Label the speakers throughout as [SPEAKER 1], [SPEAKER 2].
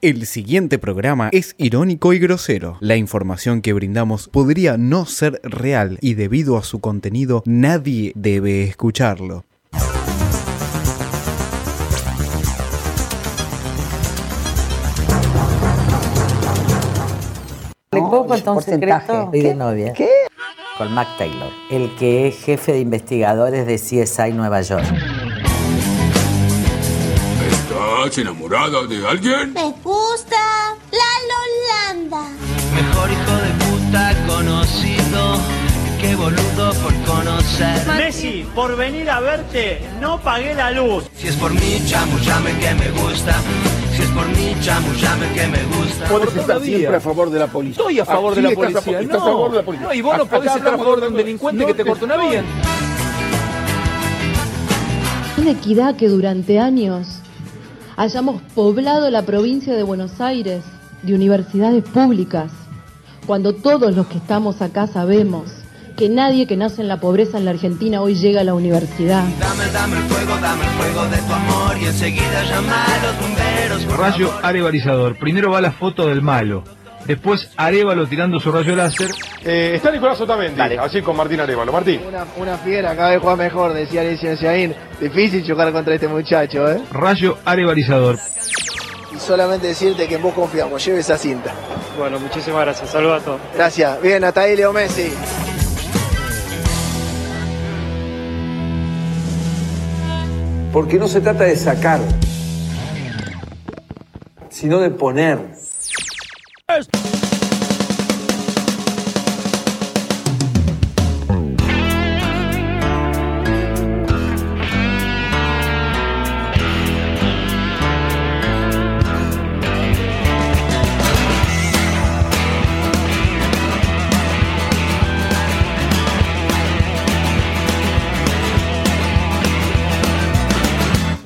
[SPEAKER 1] El siguiente programa es irónico y grosero. La información que brindamos podría no ser real y debido a su contenido nadie debe escucharlo.
[SPEAKER 2] ¿Le puedo contar un
[SPEAKER 3] porcentaje.
[SPEAKER 2] secreto?
[SPEAKER 3] Estoy de novia.
[SPEAKER 2] ¿Qué?
[SPEAKER 3] Con Mac Taylor, el que es jefe de investigadores de CSI Nueva York.
[SPEAKER 4] ¿Estás enamorada de alguien?
[SPEAKER 5] Me gusta la Lolanda.
[SPEAKER 6] Mejor hijo de puta conocido que boludo por conocer.
[SPEAKER 7] Messi, por venir a verte, no pagué la luz.
[SPEAKER 6] Si es por mí, chamullame que me gusta. Si es por mí, chamullame que me gusta.
[SPEAKER 8] Puedes estar siempre a favor de la policía.
[SPEAKER 9] Estoy a favor de la policía.
[SPEAKER 8] Estás a,
[SPEAKER 9] no,
[SPEAKER 8] favor de la policía.
[SPEAKER 9] no, y vos no
[SPEAKER 8] Acá
[SPEAKER 9] podés estar a
[SPEAKER 8] hablamos
[SPEAKER 9] favor de un
[SPEAKER 8] cuando-
[SPEAKER 9] delincuente
[SPEAKER 8] no
[SPEAKER 9] que te cortó una
[SPEAKER 8] estoy-
[SPEAKER 9] vía.
[SPEAKER 10] Una equidad que durante años hayamos poblado la provincia de Buenos Aires de universidades públicas, cuando todos los que estamos acá sabemos que nadie que nace en la pobreza en la Argentina hoy llega a la universidad.
[SPEAKER 6] Dame, dame el fuego, dame el fuego de tu amor y enseguida llama a los bomberos. por
[SPEAKER 11] Rayo
[SPEAKER 6] favor.
[SPEAKER 11] arevalizador. Primero va la foto del malo. Después Arevalo tirando su rayo láser.
[SPEAKER 8] Eh, está Nicolás Otamendi, así con Martín Arevalo. Martín.
[SPEAKER 12] Una, una fiera, cada vez juega mejor, decía Alicia Yain. Difícil chocar contra este muchacho, ¿eh?
[SPEAKER 11] Rayo arevalizador.
[SPEAKER 12] Y solamente decirte que en vos confiamos, lleve esa cinta.
[SPEAKER 7] Bueno, muchísimas gracias. Saludos a todos.
[SPEAKER 12] Gracias. Bien, hasta ahí Leo Messi.
[SPEAKER 13] Porque no se trata de sacar, sino de poner.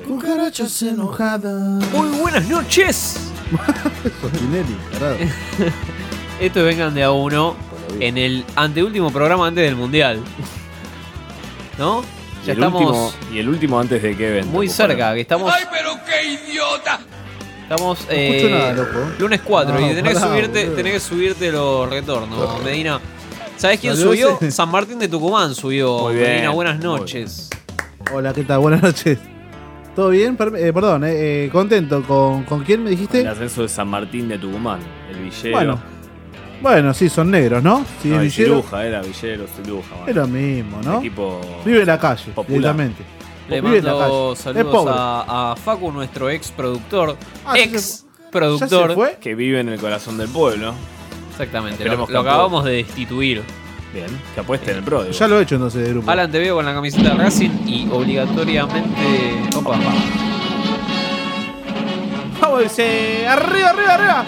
[SPEAKER 14] Cucarachas enojadas.
[SPEAKER 15] Muy buenas noches. Esto es vengan de a uno en el anteúltimo programa antes del mundial. ¿No?
[SPEAKER 16] Y
[SPEAKER 15] Ya
[SPEAKER 16] el
[SPEAKER 15] estamos
[SPEAKER 16] último- y el último antes de que evento.
[SPEAKER 15] muy cerca, que estamos
[SPEAKER 16] ¡Ay, pero qué idiota!
[SPEAKER 15] estamos
[SPEAKER 16] escucho
[SPEAKER 15] eh,
[SPEAKER 16] nada, loco.
[SPEAKER 15] lunes 4
[SPEAKER 16] No,
[SPEAKER 15] y tenés que
[SPEAKER 16] pará,
[SPEAKER 15] subirte,
[SPEAKER 16] boludo.
[SPEAKER 15] tenés que subirte los retornos, Medina. ¿Sabés quién
[SPEAKER 14] Salió
[SPEAKER 15] subió?
[SPEAKER 14] ese.
[SPEAKER 15] San Martín de Tucumán subió.
[SPEAKER 14] Muy bien,
[SPEAKER 15] Medina, buenas
[SPEAKER 14] muy
[SPEAKER 15] noches.
[SPEAKER 14] Hola, ¿qué tal? Buenas noches. ¿Todo bien? Per- eh, perdón, eh, eh, contento. ¿Con, ¿Con quién me dijiste?
[SPEAKER 16] El ascenso de San Martín de Tucumán, el villero.
[SPEAKER 14] Bueno, Bueno, sí, son negros, ¿no? Sí,
[SPEAKER 16] no, el
[SPEAKER 14] hicieron-
[SPEAKER 16] Ciruja, era villero, Ciruja. bueno.
[SPEAKER 14] Es lo mismo, ¿no?
[SPEAKER 16] Equipo
[SPEAKER 14] Vive en la calle,
[SPEAKER 16] popular.
[SPEAKER 14] directamente.
[SPEAKER 15] Le
[SPEAKER 14] Vive en la
[SPEAKER 15] mando
[SPEAKER 14] calle. Es
[SPEAKER 15] saludos
[SPEAKER 14] pobre.
[SPEAKER 15] a, a Facu, nuestro ex productor.
[SPEAKER 14] Ah, ya se
[SPEAKER 15] ex productor.
[SPEAKER 16] Que vive en el corazón del pueblo.
[SPEAKER 15] Exactamente, lo,
[SPEAKER 16] Esperemos
[SPEAKER 15] lo
[SPEAKER 16] que
[SPEAKER 15] acabamos de destituir.
[SPEAKER 16] Bien, que apueste en el pro. digo.
[SPEAKER 14] Ya lo he hecho entonces de grupo.
[SPEAKER 15] Alan te veo con la camiseta de Racing y obligatoriamente. Opa.
[SPEAKER 14] Vamos, dice, arriba, arriba, arriba.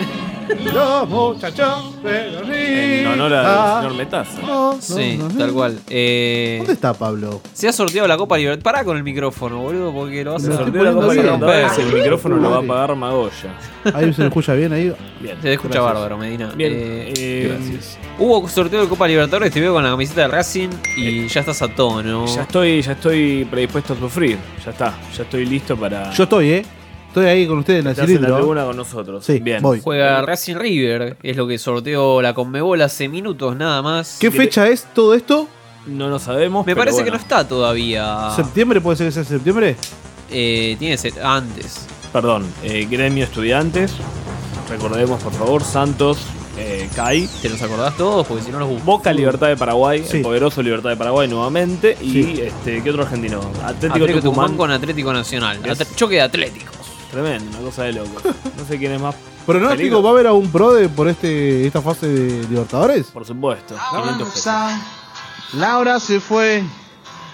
[SPEAKER 14] Los muchachos, pero Eh,
[SPEAKER 16] En honor
[SPEAKER 14] ah,
[SPEAKER 16] al señor Metaza.
[SPEAKER 15] sí, tal cual. Eh,
[SPEAKER 14] ¿Dónde está Pablo?
[SPEAKER 15] se ha sorteado la Copa Libertadores. Pará con el micrófono, boludo, porque lo vas a
[SPEAKER 16] Se
[SPEAKER 15] sortear.
[SPEAKER 16] sorteó la Copa
[SPEAKER 15] Lo vas a
[SPEAKER 16] Libertadores,
[SPEAKER 15] romper.
[SPEAKER 16] el micrófono lo va a pagar Magoya.
[SPEAKER 14] Ahí se lo escucha bien, ahí.
[SPEAKER 16] Bien.
[SPEAKER 15] Se escucha
[SPEAKER 16] Gracias.
[SPEAKER 15] bárbaro, Medina.
[SPEAKER 16] Bien,
[SPEAKER 15] Eh,
[SPEAKER 16] eh, gracias.
[SPEAKER 15] Hubo sorteo de Copa Libertadores, te veo con la camiseta de Racing y Eh, ya estás a tono.
[SPEAKER 16] Ya estoy, ya estoy predispuesto a sufrir. Ya está, ya estoy listo para.
[SPEAKER 14] Yo estoy, ¿eh? Estoy ahí con ustedes en la
[SPEAKER 16] Te hacen la
[SPEAKER 14] cilindro.
[SPEAKER 16] tribuna con nosotros.
[SPEAKER 14] Sí,
[SPEAKER 16] Bien.
[SPEAKER 14] voy.
[SPEAKER 15] Juega Racing River, es lo que sorteó la Conmebol hace minutos nada más.
[SPEAKER 14] ¿Qué fecha es todo esto?
[SPEAKER 16] No lo sabemos.
[SPEAKER 15] Me
[SPEAKER 14] pero
[SPEAKER 15] parece que no
[SPEAKER 14] bueno.
[SPEAKER 15] está todavía.
[SPEAKER 14] ¿Septiembre puede ser que sea septiembre?
[SPEAKER 15] Eh, tiene que ser antes.
[SPEAKER 16] Perdón, eh, gremio estudiantes. Recordemos, por favor, Santos, eh, CAI.
[SPEAKER 15] ¿Te los acordás todos? Porque si no los busco.
[SPEAKER 16] Boca Libertad de Paraguay,
[SPEAKER 15] Sí.
[SPEAKER 16] el poderoso Libertad de Paraguay nuevamente. Y
[SPEAKER 15] Sí.
[SPEAKER 16] este, ¿qué otro argentino? Atlético,
[SPEAKER 15] Atlético
[SPEAKER 16] Tucumán.
[SPEAKER 15] Tucumán con Atlético Nacional.
[SPEAKER 16] Es-
[SPEAKER 15] Atre- choque de Atléticos.
[SPEAKER 16] Tremendo, una cosa de loco. No sé quién es más.
[SPEAKER 14] ¿Pronóstico? ¿Va a haber algún pro de, por este, esta fase de Libertadores?
[SPEAKER 16] Por supuesto. 500 pesos.
[SPEAKER 14] Laura se fue.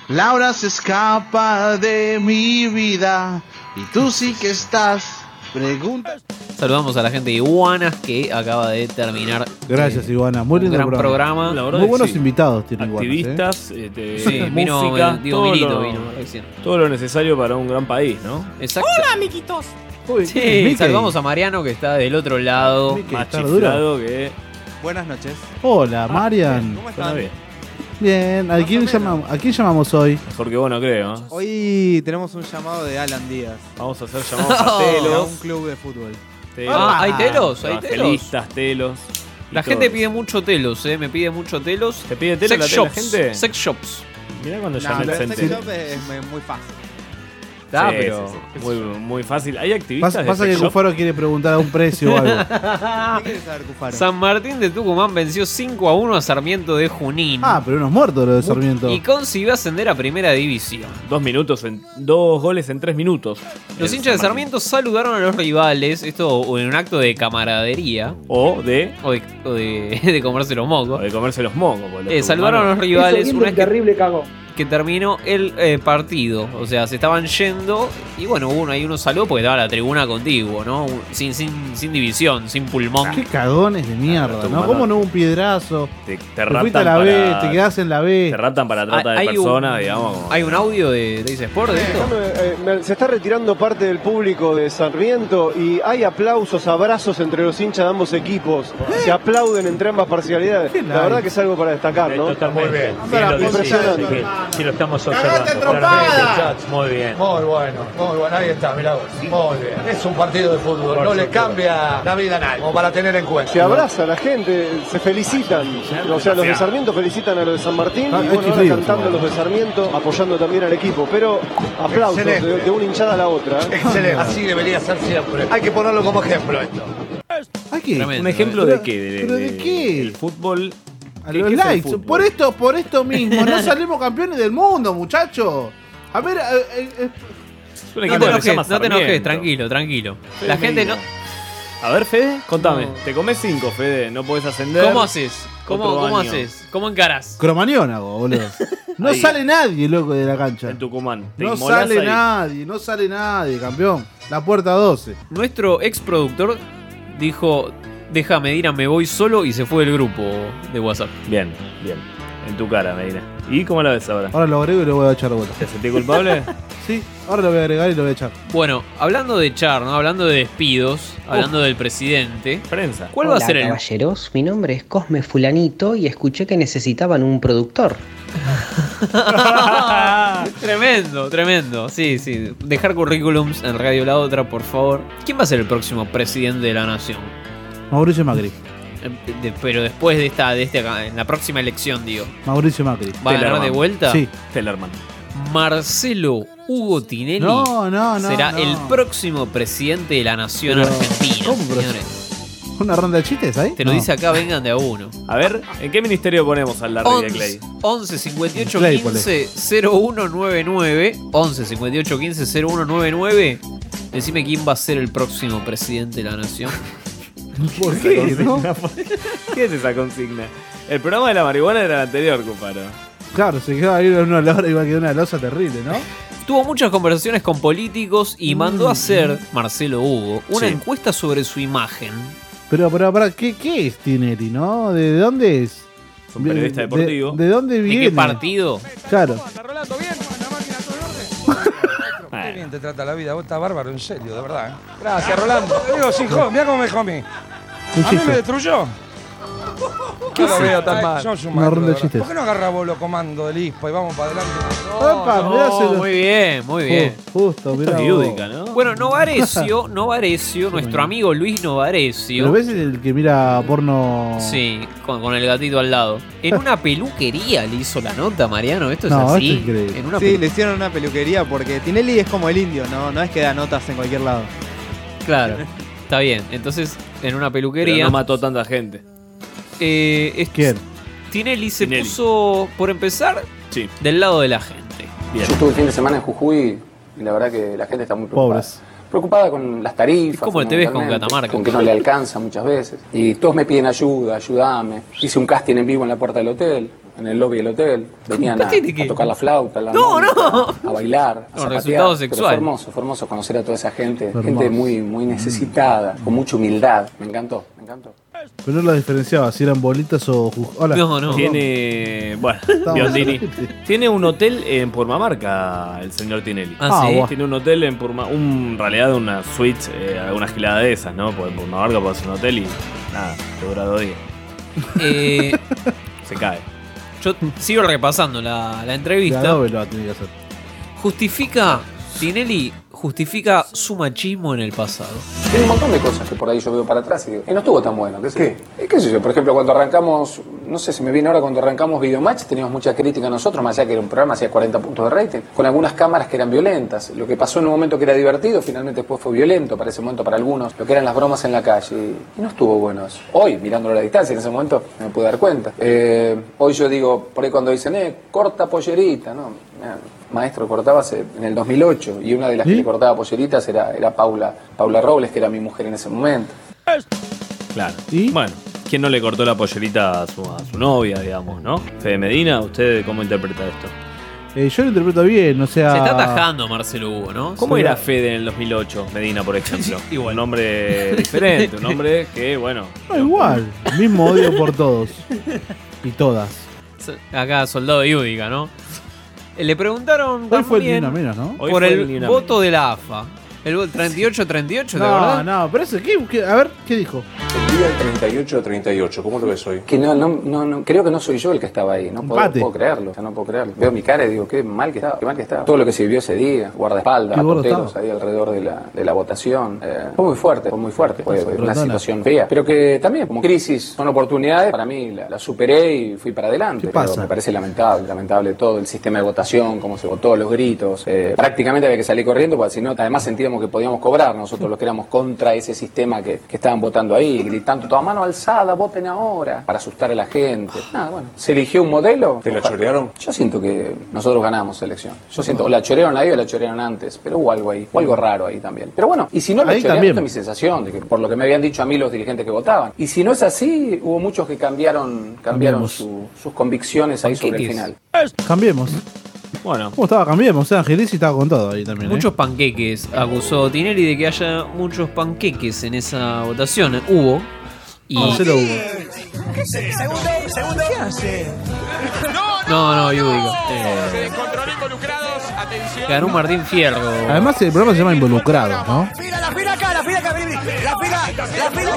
[SPEAKER 12] Laura se escapa de mi vida. Y tú sí que estás. Pregunta.
[SPEAKER 15] Saludamos a la gente de Iguanas que acaba de terminar.
[SPEAKER 14] Gracias, Ivana. Muy
[SPEAKER 15] un
[SPEAKER 14] lindo
[SPEAKER 15] gran programa. La verdad
[SPEAKER 14] Muy
[SPEAKER 15] que
[SPEAKER 14] buenos
[SPEAKER 15] sí.
[SPEAKER 14] invitados tiene Iguana.
[SPEAKER 16] Activistas, este,
[SPEAKER 15] Sí, vino,
[SPEAKER 16] música,
[SPEAKER 15] eh, digo,
[SPEAKER 16] todo,
[SPEAKER 15] vinito,
[SPEAKER 16] lo,
[SPEAKER 15] vino, recién.
[SPEAKER 16] todo lo necesario para un gran país, ¿no?
[SPEAKER 15] Exacto.
[SPEAKER 5] amiguitos.
[SPEAKER 14] ¿quién es
[SPEAKER 15] Sí,
[SPEAKER 14] Mickey?
[SPEAKER 15] saludamos a Mariano que está del otro lado.
[SPEAKER 14] Mickey, Más está chiflado
[SPEAKER 15] que.
[SPEAKER 14] Hola, Marian.
[SPEAKER 15] ¿Cómo están?
[SPEAKER 14] Bien, ¿a quién, llamamos, ¿a quién llamamos hoy?
[SPEAKER 16] Porque bueno, creo. ¿eh?
[SPEAKER 1] Hoy tenemos un llamado de Alan Díaz.
[SPEAKER 16] Vamos a hacer llamados a telos.
[SPEAKER 1] A un club de fútbol.
[SPEAKER 16] Telos.
[SPEAKER 15] Ah, ¿hay telos? ¿Hay telos?
[SPEAKER 16] Evangelistas, telos. y
[SPEAKER 15] La
[SPEAKER 16] todo.
[SPEAKER 15] gente pide mucho telos, ¿eh? Me pide mucho telos. ¿Te
[SPEAKER 16] pide telos la-
[SPEAKER 15] Sex
[SPEAKER 16] la
[SPEAKER 15] shops.
[SPEAKER 16] gente?
[SPEAKER 15] Sex shops.
[SPEAKER 16] Mirá cuando
[SPEAKER 1] No,
[SPEAKER 16] llame
[SPEAKER 1] pero
[SPEAKER 16] el
[SPEAKER 1] el
[SPEAKER 16] centeno.
[SPEAKER 1] sex shop es muy- muy fácil.
[SPEAKER 16] Ah,
[SPEAKER 15] Sí,
[SPEAKER 16] pero
[SPEAKER 15] sí,
[SPEAKER 16] Muy, muy fácil. ¿Hay activistas?
[SPEAKER 14] Pasa,
[SPEAKER 16] de
[SPEAKER 14] pasa
[SPEAKER 16] sex
[SPEAKER 14] que
[SPEAKER 16] shop?
[SPEAKER 14] Cufaro quiere preguntar a un precio o algo.
[SPEAKER 1] ¿Qué quieres saber, Cufaro?
[SPEAKER 15] San Martín de Tucumán venció 5 a 1 a Sarmiento de Junín.
[SPEAKER 14] Ah, pero unos muertos lo de Sarmiento.
[SPEAKER 15] y consiguió ascender a primera división.
[SPEAKER 16] Dos minutos, en, dos goles en tres minutos.
[SPEAKER 15] Los hinchas de Sarmiento saludaron a los rivales, esto en un acto de camaradería.
[SPEAKER 16] O de.
[SPEAKER 15] O de, o de- de comerse los mocos.
[SPEAKER 16] de comerse los mocos.
[SPEAKER 15] Eh, saludaron a los rivales una vez que, que terminó el eh, partido. O sea, se estaban yendo y bueno, hubo uno ahí uno saludó porque estaba la tribuna contigo, ¿no? Un- Sin, sin, sin división, sin pulmón.
[SPEAKER 14] Qué cagones de mierda, ¿no?
[SPEAKER 16] Tucumán.
[SPEAKER 14] ¿Cómo no hubo un piedrazo?
[SPEAKER 16] Ah, Te, te
[SPEAKER 14] Te
[SPEAKER 16] raptan
[SPEAKER 14] fuiste a la
[SPEAKER 16] para,
[SPEAKER 14] B, te quedás en la B.
[SPEAKER 16] te raptan para trata de
[SPEAKER 15] Ah, Hay un-
[SPEAKER 16] personas, digamos. como-
[SPEAKER 15] Hay un audio de, de Sport de esto.
[SPEAKER 17] eh, se está retirando parte del público de Sarmiento y hay aplausos, abrazos entre los hinchas de ambos equipos.
[SPEAKER 18] ¿Eh?
[SPEAKER 17] Se aplauden entre ambas parcialidades. La verdad que es algo para destacar, ¿no?
[SPEAKER 19] Muy bien.
[SPEAKER 17] Anda la puta madre.
[SPEAKER 19] Si lo estamos observando. claramente, Muy bien.
[SPEAKER 18] Muy bueno, muy bueno, ahí está, mirá vos. Muy bien. Es un partido de fútbol, no le cambia la vida a nadie, como para tener en cuenta.
[SPEAKER 17] Se abraza la gente, se felicitan. O sea, los de Sarmiento felicitan a los de San
[SPEAKER 18] Ah,
[SPEAKER 17] Martín y bueno, ahora cantando los de Sarmiento, apoyando también al equipo. Pero aplausos de,
[SPEAKER 18] Excelente.
[SPEAKER 17] de una hinchada a la otra. ¿eh?
[SPEAKER 18] Excelente, así debería ser siempre. Hay que ponerlo como ejemplo esto.
[SPEAKER 14] ¿A qué?
[SPEAKER 16] ¿Un ejemplo de qué? De,
[SPEAKER 14] ¿Pero de qué?
[SPEAKER 16] El fútbol.
[SPEAKER 14] A
[SPEAKER 16] ¿Qué-
[SPEAKER 14] los
[SPEAKER 16] qué es el
[SPEAKER 14] likes.
[SPEAKER 16] fútbol?
[SPEAKER 14] Por esto, por esto mismo. No salimos campeones del mundo, muchachos. A ver, eh, eh, eh,
[SPEAKER 16] Es un
[SPEAKER 15] No
[SPEAKER 16] equipo
[SPEAKER 15] te
[SPEAKER 16] que se
[SPEAKER 15] enojes,
[SPEAKER 16] llama
[SPEAKER 15] no te enojes,
[SPEAKER 16] Sarmiento.
[SPEAKER 15] tranquilo, tranquilo.
[SPEAKER 16] Soy
[SPEAKER 15] La gente no.
[SPEAKER 16] medio. A ver, Fede, contame. Te comes cinco, Fede. No podés ascender.
[SPEAKER 15] ¿Cómo haces? ¿Cómo,
[SPEAKER 16] Otro
[SPEAKER 15] cómo
[SPEAKER 16] año.
[SPEAKER 15] haces? ¿Cómo encarás?
[SPEAKER 14] Cromañón hago, boludo. No
[SPEAKER 16] Ahí.
[SPEAKER 14] sale nadie, loco, de la cancha.
[SPEAKER 16] En Tucumán. Te
[SPEAKER 14] No
[SPEAKER 16] inmolás
[SPEAKER 14] sale
[SPEAKER 16] ahí.
[SPEAKER 14] nadie, no sale nadie, campeón. La puerta 12.
[SPEAKER 15] Nuestro ex productor dijo: Déjame, Dina, me voy solo y se fue del grupo de WhatsApp.
[SPEAKER 16] Bien, bien. En tu cara, Medina. ¿Y cómo la ves ahora?
[SPEAKER 14] Ahora lo agrego y lo voy a echar de vuelta.
[SPEAKER 16] ¿Te sentís culpable?
[SPEAKER 14] Sí, ahora lo voy a agregar y lo voy a echar.
[SPEAKER 15] Bueno, hablando de Char, ¿no? hablando de despidos, hablando del presidente.
[SPEAKER 16] Prensa.
[SPEAKER 15] ¿Cuál va a
[SPEAKER 7] Hola,
[SPEAKER 15] ser el.?
[SPEAKER 7] caballeros, mi nombre es Cosme Fulanito y escuché que necesitaban un productor.
[SPEAKER 15] Tremendo, tremendo. Sí, sí. Dejar currículums en Radio La Otra, por favor. ¿Quién va a ser el próximo presidente de la nación?
[SPEAKER 14] Mauricio Macri.
[SPEAKER 15] Eh, de- pero después de esta, de este, en la próxima elección, digo.
[SPEAKER 14] Mauricio Macri.
[SPEAKER 15] ¿Va a ganar de vuelta?
[SPEAKER 14] Sí.
[SPEAKER 16] Tellerman.
[SPEAKER 15] Marcelo Hugo Tinelli
[SPEAKER 14] No, no, no,
[SPEAKER 15] será
[SPEAKER 14] no.
[SPEAKER 15] el próximo presidente de la nación
[SPEAKER 14] Pero,
[SPEAKER 15] argentina.
[SPEAKER 14] ¿cómo, pero?
[SPEAKER 15] señores.
[SPEAKER 14] ¿Una ronda de chistes ahí?
[SPEAKER 15] Te lo
[SPEAKER 14] No.
[SPEAKER 15] dice acá, vengan de a uno.
[SPEAKER 16] A ver, ¿en qué ministerio ponemos al Larry de Clay?
[SPEAKER 15] 11 58
[SPEAKER 16] Clay,
[SPEAKER 15] 15 0199 11 58 15 0199 Decime quién va a ser el próximo presidente de la nación.
[SPEAKER 14] ¿Por
[SPEAKER 16] qué? ¿Qué es esa consigna? El programa de la marihuana era el anterior, Cuparo.
[SPEAKER 14] Claro, se quedó ahí una olor y va a quedar una losa terrible, ¿no?
[SPEAKER 15] Tuvo muchas conversaciones con políticos y mandó a hacer Marcelo Hugo una
[SPEAKER 14] Mm. Sí.
[SPEAKER 15] encuesta sobre su imagen.
[SPEAKER 14] Pero, pero, para ¿qué, ¿qué es Tinelli, no? ¿De dónde es?
[SPEAKER 16] un periodista
[SPEAKER 14] De-
[SPEAKER 16] deportivo.
[SPEAKER 14] ¿De, dónde viene?
[SPEAKER 15] ¿De qué partido?
[SPEAKER 14] Claro.
[SPEAKER 16] Qué
[SPEAKER 13] bien te trata la vida, vos estás bárbaro, en serio, de verdad. ¿eh? Gracias, Rolando. Te Digo, sin joder, mirá cómo me dejó a mí. A mí
[SPEAKER 14] chiste.
[SPEAKER 13] me destruyó.
[SPEAKER 14] ¿Qué
[SPEAKER 13] no lo
[SPEAKER 14] haces?
[SPEAKER 13] veo tan
[SPEAKER 14] Ay,
[SPEAKER 13] mal.
[SPEAKER 14] sos un
[SPEAKER 13] Una
[SPEAKER 14] maestro,
[SPEAKER 13] ronda
[SPEAKER 14] de
[SPEAKER 13] de chistes. ¿Por
[SPEAKER 14] verdad.
[SPEAKER 13] qué no agarrás vos los comandos del ISPO y vamos para adelante?
[SPEAKER 14] Opa, mirá, se lo-
[SPEAKER 15] Oh,
[SPEAKER 14] Oh.
[SPEAKER 15] muy bien, muy bien.
[SPEAKER 14] Ju- Justo, mirá.
[SPEAKER 15] es
[SPEAKER 14] vos.
[SPEAKER 15] iúdica, Bueno, Novarecio, Novarecio, nuestro amigo Luis
[SPEAKER 14] ¿Pero
[SPEAKER 15] Novarecio.
[SPEAKER 14] ves el que mira porno?
[SPEAKER 15] Sí, con, con el gatito al lado. En una peluquería le hizo la nota, Mariano. Esto es
[SPEAKER 14] No,
[SPEAKER 15] así.
[SPEAKER 14] esto es increíble.
[SPEAKER 15] En una
[SPEAKER 1] sí,
[SPEAKER 15] pelu-
[SPEAKER 1] le hicieron una peluquería porque Tinelli es como el indio, ¿no? No es que da notas en cualquier lado.
[SPEAKER 15] Claro. Está bien. Entonces, en una
[SPEAKER 16] Pero
[SPEAKER 15] peluquería.
[SPEAKER 16] no mató tanta gente.
[SPEAKER 15] eh, es-
[SPEAKER 14] ¿Quién?
[SPEAKER 15] Tinelli se puso, por empezar,
[SPEAKER 16] Sí.
[SPEAKER 15] del lado de la gente.
[SPEAKER 9] Yo estuve el fin de semana en Jujuy y la verdad que la gente está muy preocupada.
[SPEAKER 15] Pobres.
[SPEAKER 9] Preocupada con las tarifas.
[SPEAKER 15] ¿Cómo te ves con
[SPEAKER 9] fundamentalmente,
[SPEAKER 15] Catamarca?
[SPEAKER 9] Con que no le alcanza muchas veces. Y todos me piden ayuda, ayúdame. Hice un casting en vivo en la puerta del hotel, en el lobby del hotel. Venían a,
[SPEAKER 15] ¿Casting de qué?
[SPEAKER 9] a tocar la flauta, la
[SPEAKER 15] No,
[SPEAKER 9] armónica, a bailar, a
[SPEAKER 15] Con
[SPEAKER 9] zapatear.
[SPEAKER 15] resultado
[SPEAKER 9] Pero
[SPEAKER 15] sexual.
[SPEAKER 9] Fue hermoso, fue hermoso conocer a toda esa gente.
[SPEAKER 14] Hermoso.
[SPEAKER 9] Gente muy, muy necesitada, con mucha humildad. Me encantó, me encantó.
[SPEAKER 14] Pero no lo diferenciaba si eran bolitas o. ju- Hola.
[SPEAKER 16] Tiene. Bueno,
[SPEAKER 14] Estamos-
[SPEAKER 16] Biondini. Tiene un hotel en Purmamarca, el señor Tinelli.
[SPEAKER 14] Ah, Ah, sí. guau.
[SPEAKER 16] Tiene un hotel en Purma. Un, en realidad, una suite, eh, alguna gilada de esas, ¿no? Porque en Purmamarca puede ser un hotel y. Nada, te dura dos días.
[SPEAKER 15] Eh,
[SPEAKER 16] Se cae.
[SPEAKER 15] Yo sigo repasando la, la entrevista.
[SPEAKER 14] La doble lo va a tener que hacer.
[SPEAKER 15] Justifica, Tinelli justifica su machismo en el pasado.
[SPEAKER 9] Tiene un montón de cosas que por ahí yo veo para atrás y digo, eh, no estuvo tan bueno. ¿Qué? sé yo? Eh, ¿Qué sé yo? Por ejemplo, cuando arrancamos, no sé si me viene ahora, cuando arrancamos Videomatch, teníamos mucha crítica nosotros, más allá que era un programa, hacía 40 puntos de rating, con algunas cámaras que eran violentas. Lo que pasó en un momento que era divertido, finalmente después fue violento para ese momento, para algunos, lo que eran las bromas en la calle. Y no estuvo bueno eso. Hoy, mirándolo a la distancia, en ese momento, no me pude dar cuenta. Eh, hoy yo digo, por ahí cuando dicen, eh, corta pollerita, ¿no? eh, Maestro, cortaba hace- en el 2008 y una de las que le cortaba polleritas era, era Paula, Paula Robles, que era mi mujer en ese momento.
[SPEAKER 20] Claro. Bueno, ¿quién no le cortó la pollerita a su, a su novia, digamos, no? Fede Medina, ¿usted cómo interpreta esto?
[SPEAKER 14] Eh, yo lo interpreto bien, o sea.
[SPEAKER 15] Se está
[SPEAKER 16] Ah.
[SPEAKER 15] atajando Marcelo Hugo, ¿no?
[SPEAKER 20] ¿Cómo
[SPEAKER 15] Sí.
[SPEAKER 20] era Fede en el 2008, Medina, por ejemplo? Un nombre diferente, un nombre que, bueno,
[SPEAKER 14] No, igual. Mismo odio por todos. Y todas.
[SPEAKER 15] Acá soldado de Udica, ¿no? Eh, Le preguntaron
[SPEAKER 14] Hoy fue el
[SPEAKER 15] también
[SPEAKER 14] Ni Una Menos, ¿no? Hoy
[SPEAKER 15] por
[SPEAKER 14] fue el
[SPEAKER 15] el,
[SPEAKER 14] Ni Una
[SPEAKER 15] voto de la AFA. El vo- 38-38, ¿de
[SPEAKER 14] No,
[SPEAKER 15] verdad?
[SPEAKER 14] no, pero eso, ¿qué, qué- a ver, ¿qué dijo?
[SPEAKER 9] El día 38 o 38, ¿cómo lo ves hoy? Que no, no, no, no, creo que no soy yo el que estaba ahí, no puedo,
[SPEAKER 14] Empate.
[SPEAKER 9] puedo creerlo, o sea, no puedo creerlo. Veo mi cara y digo, qué mal que estaba, qué mal que estaba. Todo lo que se vivió ese día, guardaespaldas,
[SPEAKER 14] Qué gordo
[SPEAKER 9] porteros
[SPEAKER 14] estaba.
[SPEAKER 9] ahí alrededor de la, de la votación, eh, fue muy fuerte, fue muy fuerte, fue
[SPEAKER 14] Rondona.
[SPEAKER 9] una situación fea, pero que también como crisis son oportunidades, para mí la, la superé y fui para adelante.
[SPEAKER 14] ¿Qué pasa?
[SPEAKER 9] Pero me parece lamentable, lamentable todo el sistema de votación, cómo se votó, los gritos, eh, prácticamente había que salir corriendo, porque si no, además sentíamos que podíamos cobrar nosotros los que éramos contra ese sistema que, que estaban votando ahí, gritando toda mano alzada, voten ahora, para asustar a la gente. Nada, bueno, se eligió un modelo. ¿Te la chorearon? Yo siento que nosotros ganamos la elección. Yo siento, o la chorearon ahí o la chorearon antes, pero hubo algo ahí, hubo algo raro ahí también. Pero bueno, y si no la
[SPEAKER 14] Ahí
[SPEAKER 9] chorearon,
[SPEAKER 14] también.
[SPEAKER 9] esta es mi sensación, de que por lo que me habían dicho a mí los dirigentes que votaban. Y si no es así, hubo muchos que cambiaron, cambiaron
[SPEAKER 14] Cambiamos.
[SPEAKER 9] su- sus convicciones ahí sobre el
[SPEAKER 15] Panqueques.
[SPEAKER 9] final.
[SPEAKER 14] Cambiemos.
[SPEAKER 15] Bueno.
[SPEAKER 14] ¿Cómo estaba? Cambiemos. O sea, Angelisi estaba con todo ahí también. ¿eh?
[SPEAKER 15] Muchos panqueques, acusó Tinelli de que haya muchos panqueques en esa votación. Hubo. Y
[SPEAKER 14] Marcelo Hugo.
[SPEAKER 12] ¿Qué es eso? Segundo, segundo. ¿Qué hace?
[SPEAKER 15] No, no, yo digo. eh, ganó Martín Fierro.
[SPEAKER 14] Además, el programa se llama Involucrado, ¿no?
[SPEAKER 12] La fila acá, la fila acá, vení, vení. La fila, la fila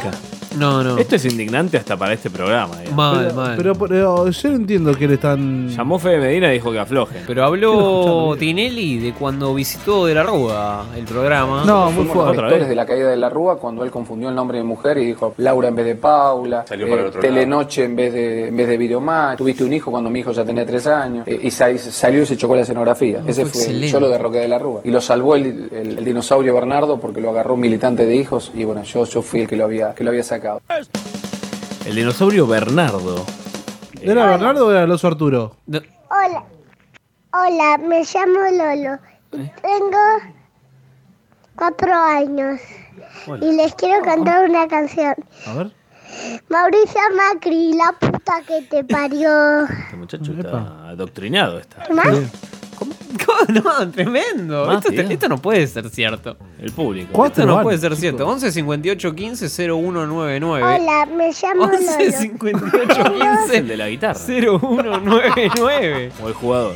[SPEAKER 12] acá.
[SPEAKER 15] No, no.
[SPEAKER 20] Esto es indignante hasta para este programa. digamos.
[SPEAKER 14] pero, Pero, pero yo no entiendo que le están.
[SPEAKER 20] Llamó Fede Medina y dijo que afloje.
[SPEAKER 15] Pero habló Tinelli de cuando visitó de la Rúa el programa.
[SPEAKER 9] Nosotros fuimos los actores de la caída de la Rúa cuando él confundió el nombre de mujer y dijo Laura en vez de Paula, eh,
[SPEAKER 15] para el otro
[SPEAKER 9] Telenoche en vez de en vez de Videomatch, tuviste un hijo cuando mi hijo ya tenía tres años eh, y sa- salió y se chocó la escenografía. Ese
[SPEAKER 15] fue
[SPEAKER 9] fue,
[SPEAKER 15] excelente.
[SPEAKER 9] yo lo derroqué de la Rúa y lo salvó el, el- el dinosaurio Bernardo porque lo agarró un militante de hijos y bueno yo yo fui el que lo había que lo había sacado.
[SPEAKER 20] El dinosaurio Bernardo.
[SPEAKER 15] Eh,
[SPEAKER 14] ¿Era Bernardo o era el oso Arturo?
[SPEAKER 21] Hola. Hola, me llamo Lolo.
[SPEAKER 14] Eh.
[SPEAKER 21] y Tengo cuatro años.
[SPEAKER 14] Hola.
[SPEAKER 21] Y les quiero cantar una canción.
[SPEAKER 14] A ver.
[SPEAKER 21] Mauricio Macri, la puta que te parió.
[SPEAKER 20] Este muchacho está adoctrinado. Está.
[SPEAKER 21] ¿Más?
[SPEAKER 15] no, tremendo.
[SPEAKER 20] Más,
[SPEAKER 15] Esto,
[SPEAKER 20] tío.
[SPEAKER 15] esto no puede ser cierto.
[SPEAKER 20] El público.
[SPEAKER 15] Esto no puede ser cierto. 11 58 15 0199.
[SPEAKER 21] Hola, me llamo Lolo.
[SPEAKER 15] 58 15
[SPEAKER 20] el de la guitarra.
[SPEAKER 15] 0199.
[SPEAKER 20] O el jugador.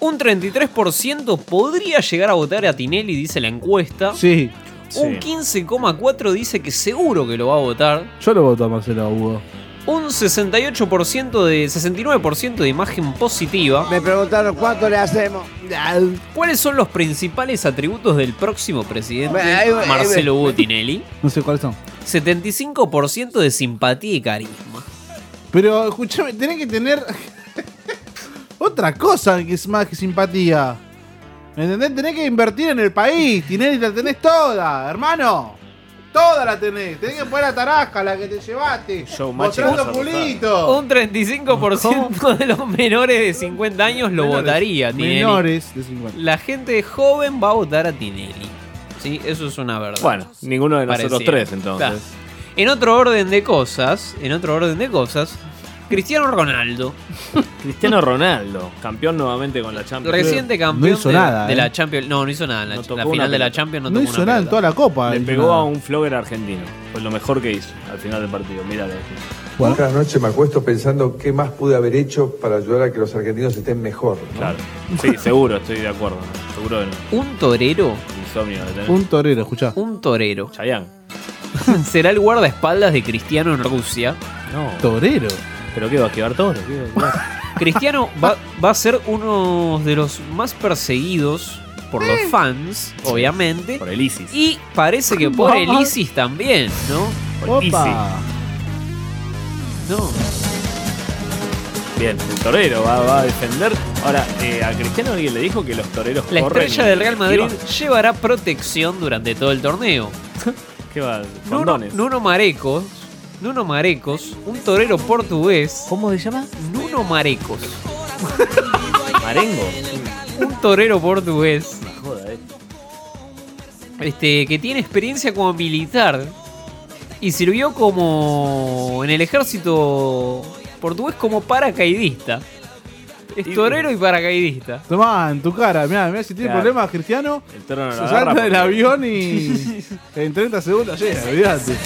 [SPEAKER 15] Un 33% podría llegar a votar a Tinelli, dice la encuesta.
[SPEAKER 14] Sí.
[SPEAKER 15] Un 15,4 dice que seguro que lo va a votar.
[SPEAKER 14] Yo lo voto a Marcelo Hugo.
[SPEAKER 15] Un 68% de 69% de imagen positiva.
[SPEAKER 22] Me preguntaron cuánto le hacemos.
[SPEAKER 15] ¿Cuáles son los principales atributos del próximo presidente
[SPEAKER 22] Bueno, ahí- ahí-
[SPEAKER 15] Marcelo Hugo Tinelli?
[SPEAKER 14] No sé cuáles son.
[SPEAKER 15] 75% de simpatía y carisma.
[SPEAKER 14] Pero escúchame, tenés que tener otra cosa que es más que simpatía. ¿Me entendés? Tenés que invertir en el país. Tinelli la tenés toda, hermano. Toda la tenés. Tenés que poner la tarasca, la que te llevaste. Mostrando culito.
[SPEAKER 15] Un 35% de los menores de 50 años lo
[SPEAKER 14] Menores.
[SPEAKER 15] votaría a Tinelli.
[SPEAKER 14] Menores de 50.
[SPEAKER 15] La gente joven va a votar a Tinelli. Sí, eso es una verdad.
[SPEAKER 20] Bueno, ninguno de nosotros
[SPEAKER 15] Pareciera.
[SPEAKER 20] tres, entonces.
[SPEAKER 15] Está. En otro orden de cosas, en otro orden de cosas, Cristiano Ronaldo,
[SPEAKER 20] Cristiano Ronaldo, campeón nuevamente con la Champions.
[SPEAKER 15] reciente campeón de, de la Champions, no, no hizo nada en la,
[SPEAKER 20] No tocó
[SPEAKER 15] la
[SPEAKER 20] una
[SPEAKER 15] final de la
[SPEAKER 20] pelota.
[SPEAKER 15] Champions, no,
[SPEAKER 14] ¿eh? No
[SPEAKER 15] tocó
[SPEAKER 14] hizo
[SPEAKER 15] una
[SPEAKER 14] nada en toda la copa.
[SPEAKER 20] Le
[SPEAKER 14] hizo
[SPEAKER 20] pegó
[SPEAKER 14] nada.
[SPEAKER 20] a un flogger argentino. Fue lo mejor que hizo al final del partido. Mírale.
[SPEAKER 8] Cada noche me acuesto pensando qué más pude haber hecho para ayudar a que los argentinos estén mejor.
[SPEAKER 20] Claro. Sí, seguro, estoy de acuerdo. Seguro que no.
[SPEAKER 15] Un torero.
[SPEAKER 20] Insomnio de tener.
[SPEAKER 14] Un torero, escuchá.
[SPEAKER 15] Un torero. Será el guardaespaldas de Cristiano en Rusia.
[SPEAKER 20] No.
[SPEAKER 14] Torero.
[SPEAKER 16] Oh. ¿Pero qué va a esquivar todo? Cristiano va, va a ser uno de los más perseguidos por los fans, obviamente. Por el ISIS. Y parece que por el ISIS también, ¿no? Por el
[SPEAKER 23] Opa.
[SPEAKER 16] ISIS. No. Bien, un torero va, va a defender. Ahora, eh, a Cristiano alguien le dijo que los toreros
[SPEAKER 15] La
[SPEAKER 16] corren
[SPEAKER 15] estrella
[SPEAKER 16] y-
[SPEAKER 15] del Real Madrid
[SPEAKER 16] y
[SPEAKER 15] llevará protección durante todo el torneo.
[SPEAKER 16] ¿Qué va?
[SPEAKER 15] Nuno, Nuno Marecos. Nuno Marecos, un torero portugués.
[SPEAKER 16] ¿Cómo se llama?
[SPEAKER 15] Nuno Marecos.
[SPEAKER 16] van- Marengo.
[SPEAKER 15] Un torero portugués.
[SPEAKER 16] Joda, eh.
[SPEAKER 15] Este, que tiene experiencia como militar. Y sirvió como. en el ejército portugués como paracaidista. Es torero y paracaidista.
[SPEAKER 14] Tomá, en tu cara, mirá, mirá si tiene
[SPEAKER 15] Claro.
[SPEAKER 14] problemas, Cristiano.
[SPEAKER 16] El
[SPEAKER 15] no
[SPEAKER 14] se salta
[SPEAKER 15] lo agarra
[SPEAKER 14] del
[SPEAKER 15] porque-
[SPEAKER 14] avión y. en 30 segundos llega, olvídate.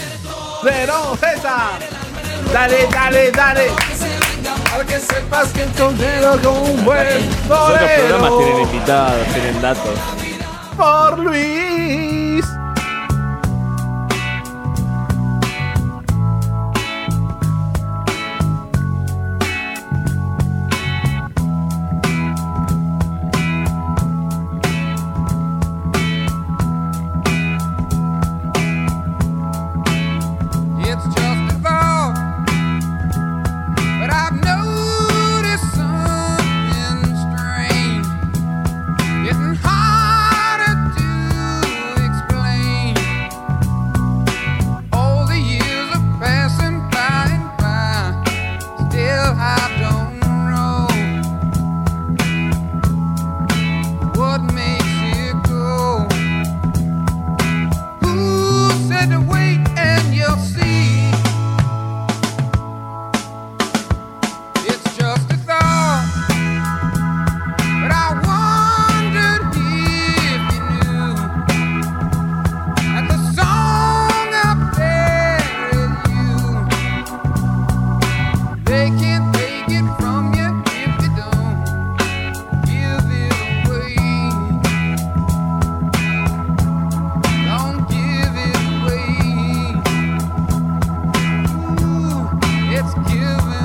[SPEAKER 14] ¡Pero, César! Dale, dale, dale. Para que sepas que encontrero con un buen
[SPEAKER 16] Los otros programas tienen
[SPEAKER 14] torero.
[SPEAKER 16] invitados, tienen datos.
[SPEAKER 14] Por Luis.
[SPEAKER 24] It's just evolved. But I've noticed something strange. Getting harder to explain. All the years are passing by and by. Still, I don't know what makes it go. Who said to wait and you'll see? It's just a thought, but I wondered if you knew that the song I played with you they can't take it from you if you don't give it away. Don't give it away. Ooh, it's given away.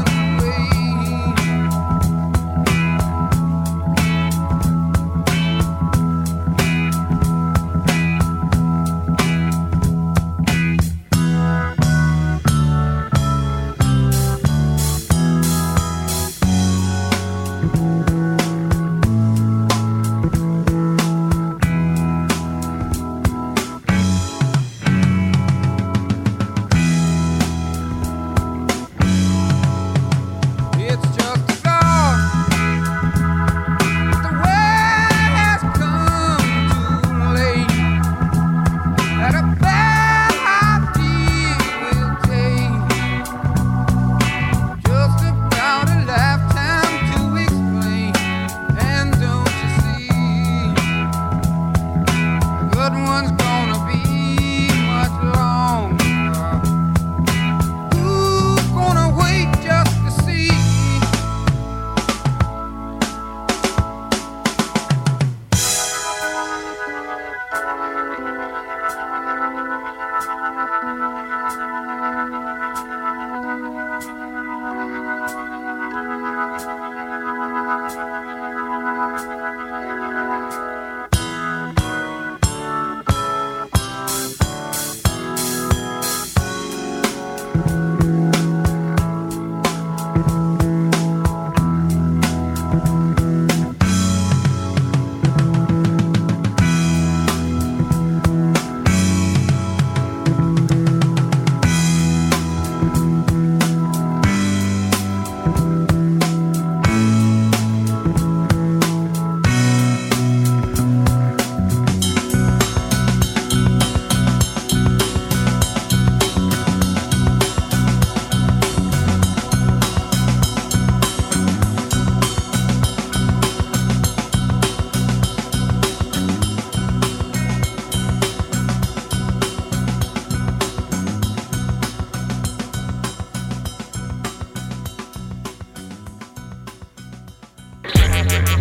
[SPEAKER 24] It's just a thought. The world has come too late. That a bad idea will take just about a lifetime to explain. And don't you see, the good one's gonna be much longer. Who's gonna wait just to see?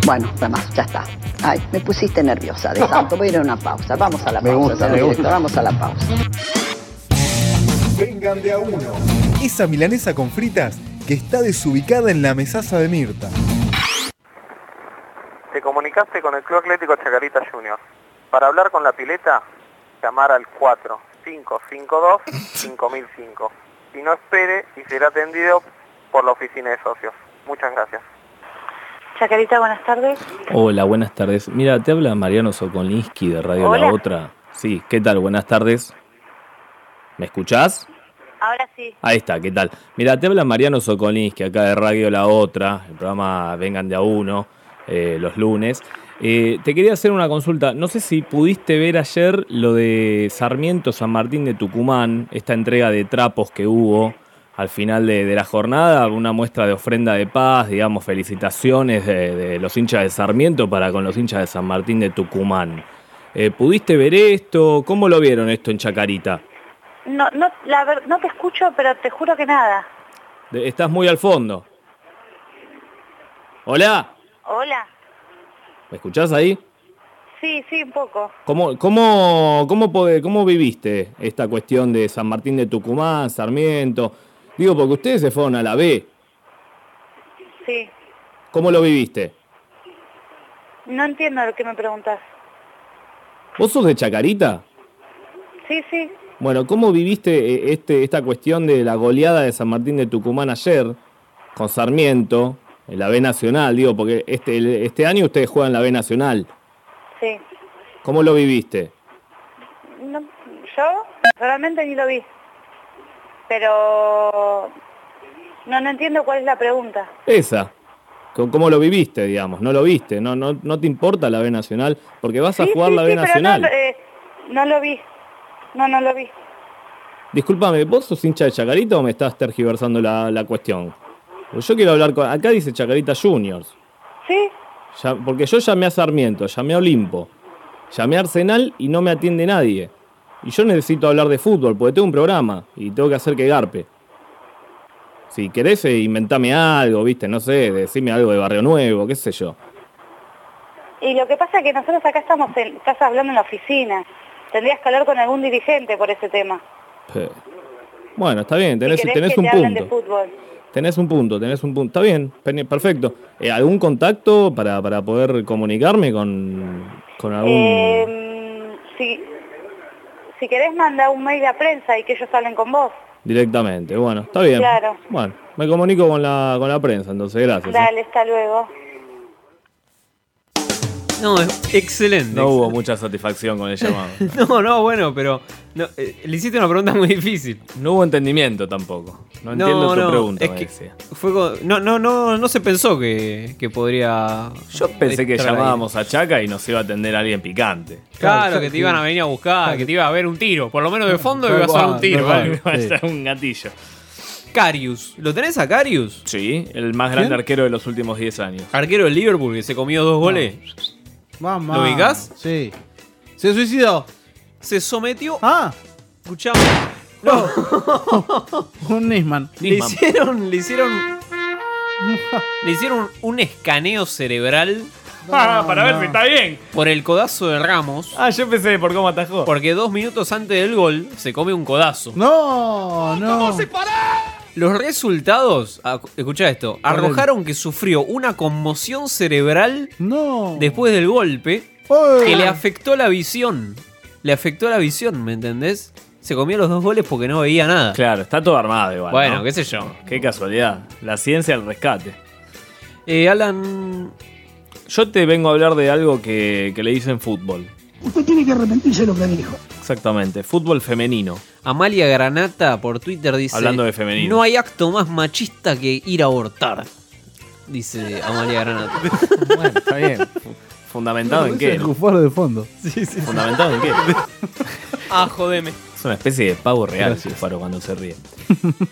[SPEAKER 5] Bueno, además, ya está. Ay, me pusiste nerviosa de santo. Voy a ir a una pausa. Vamos a la pausa,
[SPEAKER 1] gusta,
[SPEAKER 5] señor
[SPEAKER 1] me
[SPEAKER 5] director,
[SPEAKER 1] gusta.
[SPEAKER 5] Vamos a la pausa.
[SPEAKER 1] Vengan de a uno. Esa milanesa con fritas que está desubicada en la mesaza de Mirta.
[SPEAKER 18] Te comunicaste con el Club Atlético Chacarita Junior. Para hablar con la pileta, llamar al 4552-5005. Y no espere y será atendido por la oficina de socios. Muchas gracias.
[SPEAKER 25] Chacarita, buenas tardes.
[SPEAKER 16] Hola, buenas tardes. Mira, te habla Mariano Sokolinski de Radio La
[SPEAKER 25] Hola.
[SPEAKER 16] Otra. Sí, ¿qué tal? Buenas tardes. ¿Me escuchás?
[SPEAKER 25] Ahora sí.
[SPEAKER 16] Ahí está, ¿qué tal? Mira, te habla Mariano Sokolinski acá de Radio La Otra, el programa Vengan de a Uno, eh, los lunes. Eh, te quería hacer una consulta. No sé si pudiste ver ayer lo de Sarmiento San Martín de Tucumán, esta entrega de trapos que hubo al final de, de la jornada, una muestra de ofrenda de paz, digamos, felicitaciones de, de los hinchas de Sarmiento para con los hinchas de San Martín de Tucumán. Eh, ¿Pudiste ver esto? ¿Cómo lo vieron esto en Chacarita?
[SPEAKER 25] No, no, la ver- no te escucho, pero te juro que nada.
[SPEAKER 16] De- Estás muy al fondo. Hola,
[SPEAKER 25] Hola.
[SPEAKER 16] ¿me escuchás ahí?
[SPEAKER 25] Sí, sí, un poco.
[SPEAKER 16] ¿Cómo, cómo, cómo, pode- cómo viviste esta cuestión de San Martín de Tucumán, Sarmiento? Digo, porque ustedes se fueron a la B.
[SPEAKER 25] Sí.
[SPEAKER 16] ¿Cómo lo viviste?
[SPEAKER 25] No entiendo lo que me preguntas.
[SPEAKER 16] ¿Vos sos de Chacarita?
[SPEAKER 25] Sí, sí.
[SPEAKER 16] Bueno, ¿cómo viviste eh, este, esta cuestión de la goleada de San Martín de Tucumán ayer con Sarmiento en la B Nacional? Digo, porque este, el- este año ustedes juegan la B Nacional.
[SPEAKER 25] Sí.
[SPEAKER 16] ¿Cómo lo viviste?
[SPEAKER 25] No, yo realmente ni lo vi. Pero no, no entiendo cuál es la pregunta.
[SPEAKER 16] Esa. Co- ¿Cómo lo viviste, digamos? ¿No lo viste? ¿No, no, no te importa la B Nacional? Porque vas a
[SPEAKER 25] Sí,
[SPEAKER 16] jugar
[SPEAKER 25] sí,
[SPEAKER 16] la
[SPEAKER 25] sí,
[SPEAKER 16] B
[SPEAKER 25] pero no,
[SPEAKER 16] Nacional.
[SPEAKER 25] eh, no lo vi. No, no lo vi.
[SPEAKER 16] Disculpame, ¿vos sos hincha de Chacarita o me estás tergiversando la, la cuestión? Porque yo quiero hablar con... Acá dice Chacarita Juniors.
[SPEAKER 25] Sí,
[SPEAKER 16] Ya- porque yo llamé a Sarmiento, llamé a Olimpo, llamé a Arsenal y no me atiende nadie. Y yo necesito hablar de fútbol, porque tengo un programa y tengo que hacer que garpe. Si querés, eh, inventame algo, viste, no sé, decime algo de Barrio Nuevo, qué sé yo.
[SPEAKER 25] Y lo que pasa es que nosotros acá estamos en- estás hablando en la oficina. Tendrías que hablar con algún dirigente por ese tema.
[SPEAKER 16] Eh, Bueno, está bien, tenés,
[SPEAKER 25] si
[SPEAKER 16] tenés
[SPEAKER 25] querés que
[SPEAKER 16] un
[SPEAKER 25] te hablen de
[SPEAKER 16] punto.
[SPEAKER 25] fútbol.
[SPEAKER 16] Tenés un punto, tenés un punto. Está bien, pe- perfecto. Eh, ¿Algún contacto para, para poder comunicarme con, con algún...?
[SPEAKER 25] Eh, si, si querés mandar un mail a prensa y que ellos hablen con vos.
[SPEAKER 16] Directamente, bueno, está bien.
[SPEAKER 25] Claro.
[SPEAKER 16] Bueno, me comunico con la, con la prensa, entonces, gracias. ¿eh?
[SPEAKER 25] Dale, hasta luego.
[SPEAKER 15] No, es excelente.
[SPEAKER 16] No hubo mucha satisfacción con el llamado.
[SPEAKER 15] No, no, bueno, pero no, eh, le hiciste una pregunta muy difícil.
[SPEAKER 16] No hubo entendimiento tampoco. No entiendo tu pregunta,
[SPEAKER 15] es
[SPEAKER 16] me
[SPEAKER 15] que
[SPEAKER 16] decía.
[SPEAKER 15] fue co- no, no, no, no se pensó que, que podría. Yo
[SPEAKER 16] Pensé que llamábamos a Chaca y nos iba a atender alguien picante.
[SPEAKER 15] Claro, que te iban a venir a buscar, que te iba a ver un tiro. Por lo menos de fondo iba a sonar un tiro. ¿vale?
[SPEAKER 16] un gatillo. Carius. ¿Lo tenés a Carius? Sí, el más grande
[SPEAKER 15] ¿Quién?
[SPEAKER 16] arquero de los últimos 10 años.
[SPEAKER 15] Arquero del Liverpool que se comió dos goles.
[SPEAKER 14] Mamá.
[SPEAKER 15] ¿Lo ubicás?
[SPEAKER 14] Sí. Se suicidó.
[SPEAKER 15] Se sometió.
[SPEAKER 14] Ah.
[SPEAKER 15] Escuchame.
[SPEAKER 14] Un Nisman.
[SPEAKER 15] Le hicieron, le hicieron. Le hicieron un escaneo cerebral.
[SPEAKER 14] Ah, para ver si
[SPEAKER 15] está bien. Por el codazo de Ramos. Ah, yo pensé por cómo atajó. Porque dos minutos antes del gol se come un codazo.
[SPEAKER 14] No, no.
[SPEAKER 15] Los resultados, escucha esto, arrojaron que sufrió una conmoción cerebral después del golpe que le afectó la visión. Le afectó la visión, ¿me entendés? Se comió los dos goles porque no veía nada.
[SPEAKER 16] Claro, está todo armado igual.
[SPEAKER 15] Bueno,
[SPEAKER 16] ¿no?
[SPEAKER 15] qué sé yo.
[SPEAKER 16] Qué casualidad. La ciencia al rescate.
[SPEAKER 15] Eh, Alan.
[SPEAKER 16] Yo te vengo a hablar de algo que, que le dicen fútbol.
[SPEAKER 26] Usted tiene que arrepentirse de lo que dijo.
[SPEAKER 16] Exactamente, fútbol femenino.
[SPEAKER 15] Amalia Granata por Twitter dice...
[SPEAKER 16] Hablando de femenino.
[SPEAKER 15] No hay acto más machista que ir a abortar. Dice Amalia Granata.
[SPEAKER 16] bueno, está bien. ¿Fundamentado en qué?
[SPEAKER 14] El
[SPEAKER 16] no?
[SPEAKER 14] Cufaro de fondo.
[SPEAKER 16] ¿Fundamentado en qué?
[SPEAKER 15] Ah, jodeme.
[SPEAKER 16] Es una especie de pavo real, Faro, cuando se ríe.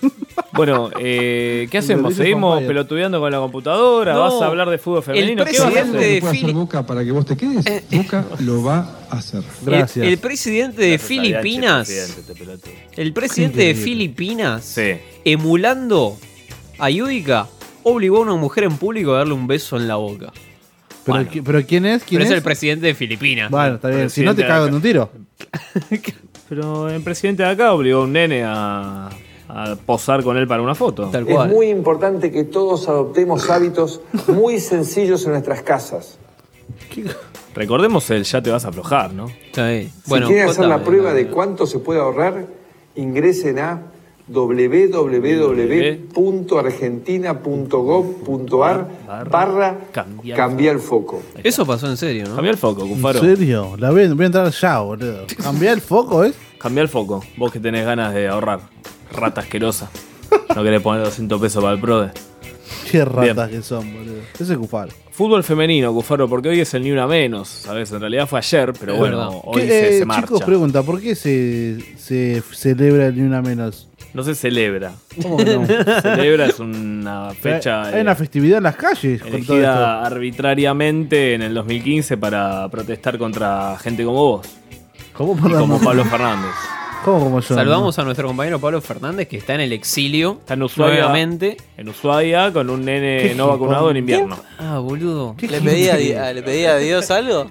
[SPEAKER 16] Bueno, eh, ¿qué hacemos? ¿Seguimos pelotudeando con la computadora?
[SPEAKER 15] No.
[SPEAKER 16] ¿Vas a hablar de fútbol femenino?
[SPEAKER 15] El presidente
[SPEAKER 16] ¿Qué
[SPEAKER 15] de
[SPEAKER 16] vas a hacer?
[SPEAKER 15] Fili-
[SPEAKER 26] Boca para que vos te quedes,
[SPEAKER 13] Eh,
[SPEAKER 26] Boca lo va a hacer.
[SPEAKER 15] El, el presidente de Filipinas... El presidente de
[SPEAKER 26] Increíble.
[SPEAKER 15] Filipinas... Emulando a Yudica, obligó a una mujer en público a darle un beso en la boca.
[SPEAKER 14] Pero, qui- pero ¿quién es? ¿Quién
[SPEAKER 15] Pero es?
[SPEAKER 14] es?
[SPEAKER 15] el presidente de Filipinas.
[SPEAKER 14] Bueno, está bien. Si no te
[SPEAKER 16] Presidente
[SPEAKER 14] cago
[SPEAKER 16] de
[SPEAKER 14] en un tiro.
[SPEAKER 16] Pero el presidente de acá obligó a un nene a, a a posar con él para una foto. Tal
[SPEAKER 13] Es muy importante que todos adoptemos hábitos muy sencillos en nuestras casas.
[SPEAKER 16] Recordemos el ya te vas a aflojar, ¿no?
[SPEAKER 13] si quieren hacer la prueba de cuánto se puede ahorrar, ingresen a www.argentina.gov.ar barra cambia el foco.
[SPEAKER 15] Eso pasó en serio, ¿no?
[SPEAKER 16] Cambiá el foco,
[SPEAKER 14] ¿En
[SPEAKER 16] Cufaro.
[SPEAKER 14] serio? La voy, voy a entrar ya, boludo. ¿Cambiar el foco, eh?
[SPEAKER 16] Cambiá el foco. Vos que tenés ganas de ahorrar. Rata asquerosa. No querés poner 200 pesos para el PRODE.
[SPEAKER 14] Qué ratas que son, boludo. Ese es Cufaro.
[SPEAKER 16] Fútbol femenino, Cufaro, porque hoy es el ni una menos, ¿sabes? En realidad fue ayer, pero
[SPEAKER 14] Es
[SPEAKER 16] bueno,
[SPEAKER 14] verdad.
[SPEAKER 16] hoy
[SPEAKER 14] ¿Qué,
[SPEAKER 16] se,
[SPEAKER 14] eh,
[SPEAKER 16] se marcha.
[SPEAKER 14] Chicos, pregunta, ¿por qué se, se celebra el ni una menos?
[SPEAKER 16] No se celebra.
[SPEAKER 14] ¿Cómo que no?
[SPEAKER 16] celebra es una fecha
[SPEAKER 14] Hay
[SPEAKER 16] eh,
[SPEAKER 14] una festividad en las calles con todo esto.
[SPEAKER 16] elegida arbitrariamente en el 2015 para protestar contra gente como vos.
[SPEAKER 14] ¿Cómo
[SPEAKER 16] y como Pablo Fernández.
[SPEAKER 14] ¿Cómo como yo?
[SPEAKER 15] Saludamos a nuestro compañero Pablo Fernández que está en el exilio.
[SPEAKER 16] Está en Ushuaia,
[SPEAKER 15] Nuevamente.
[SPEAKER 16] En Ushuaia con un nene
[SPEAKER 15] Qué
[SPEAKER 16] no vacunado en
[SPEAKER 15] hipo-
[SPEAKER 16] invierno.
[SPEAKER 15] Ah, boludo.
[SPEAKER 17] ¿Le pedí, a, di- a- ¿Le pedí a Dios algo?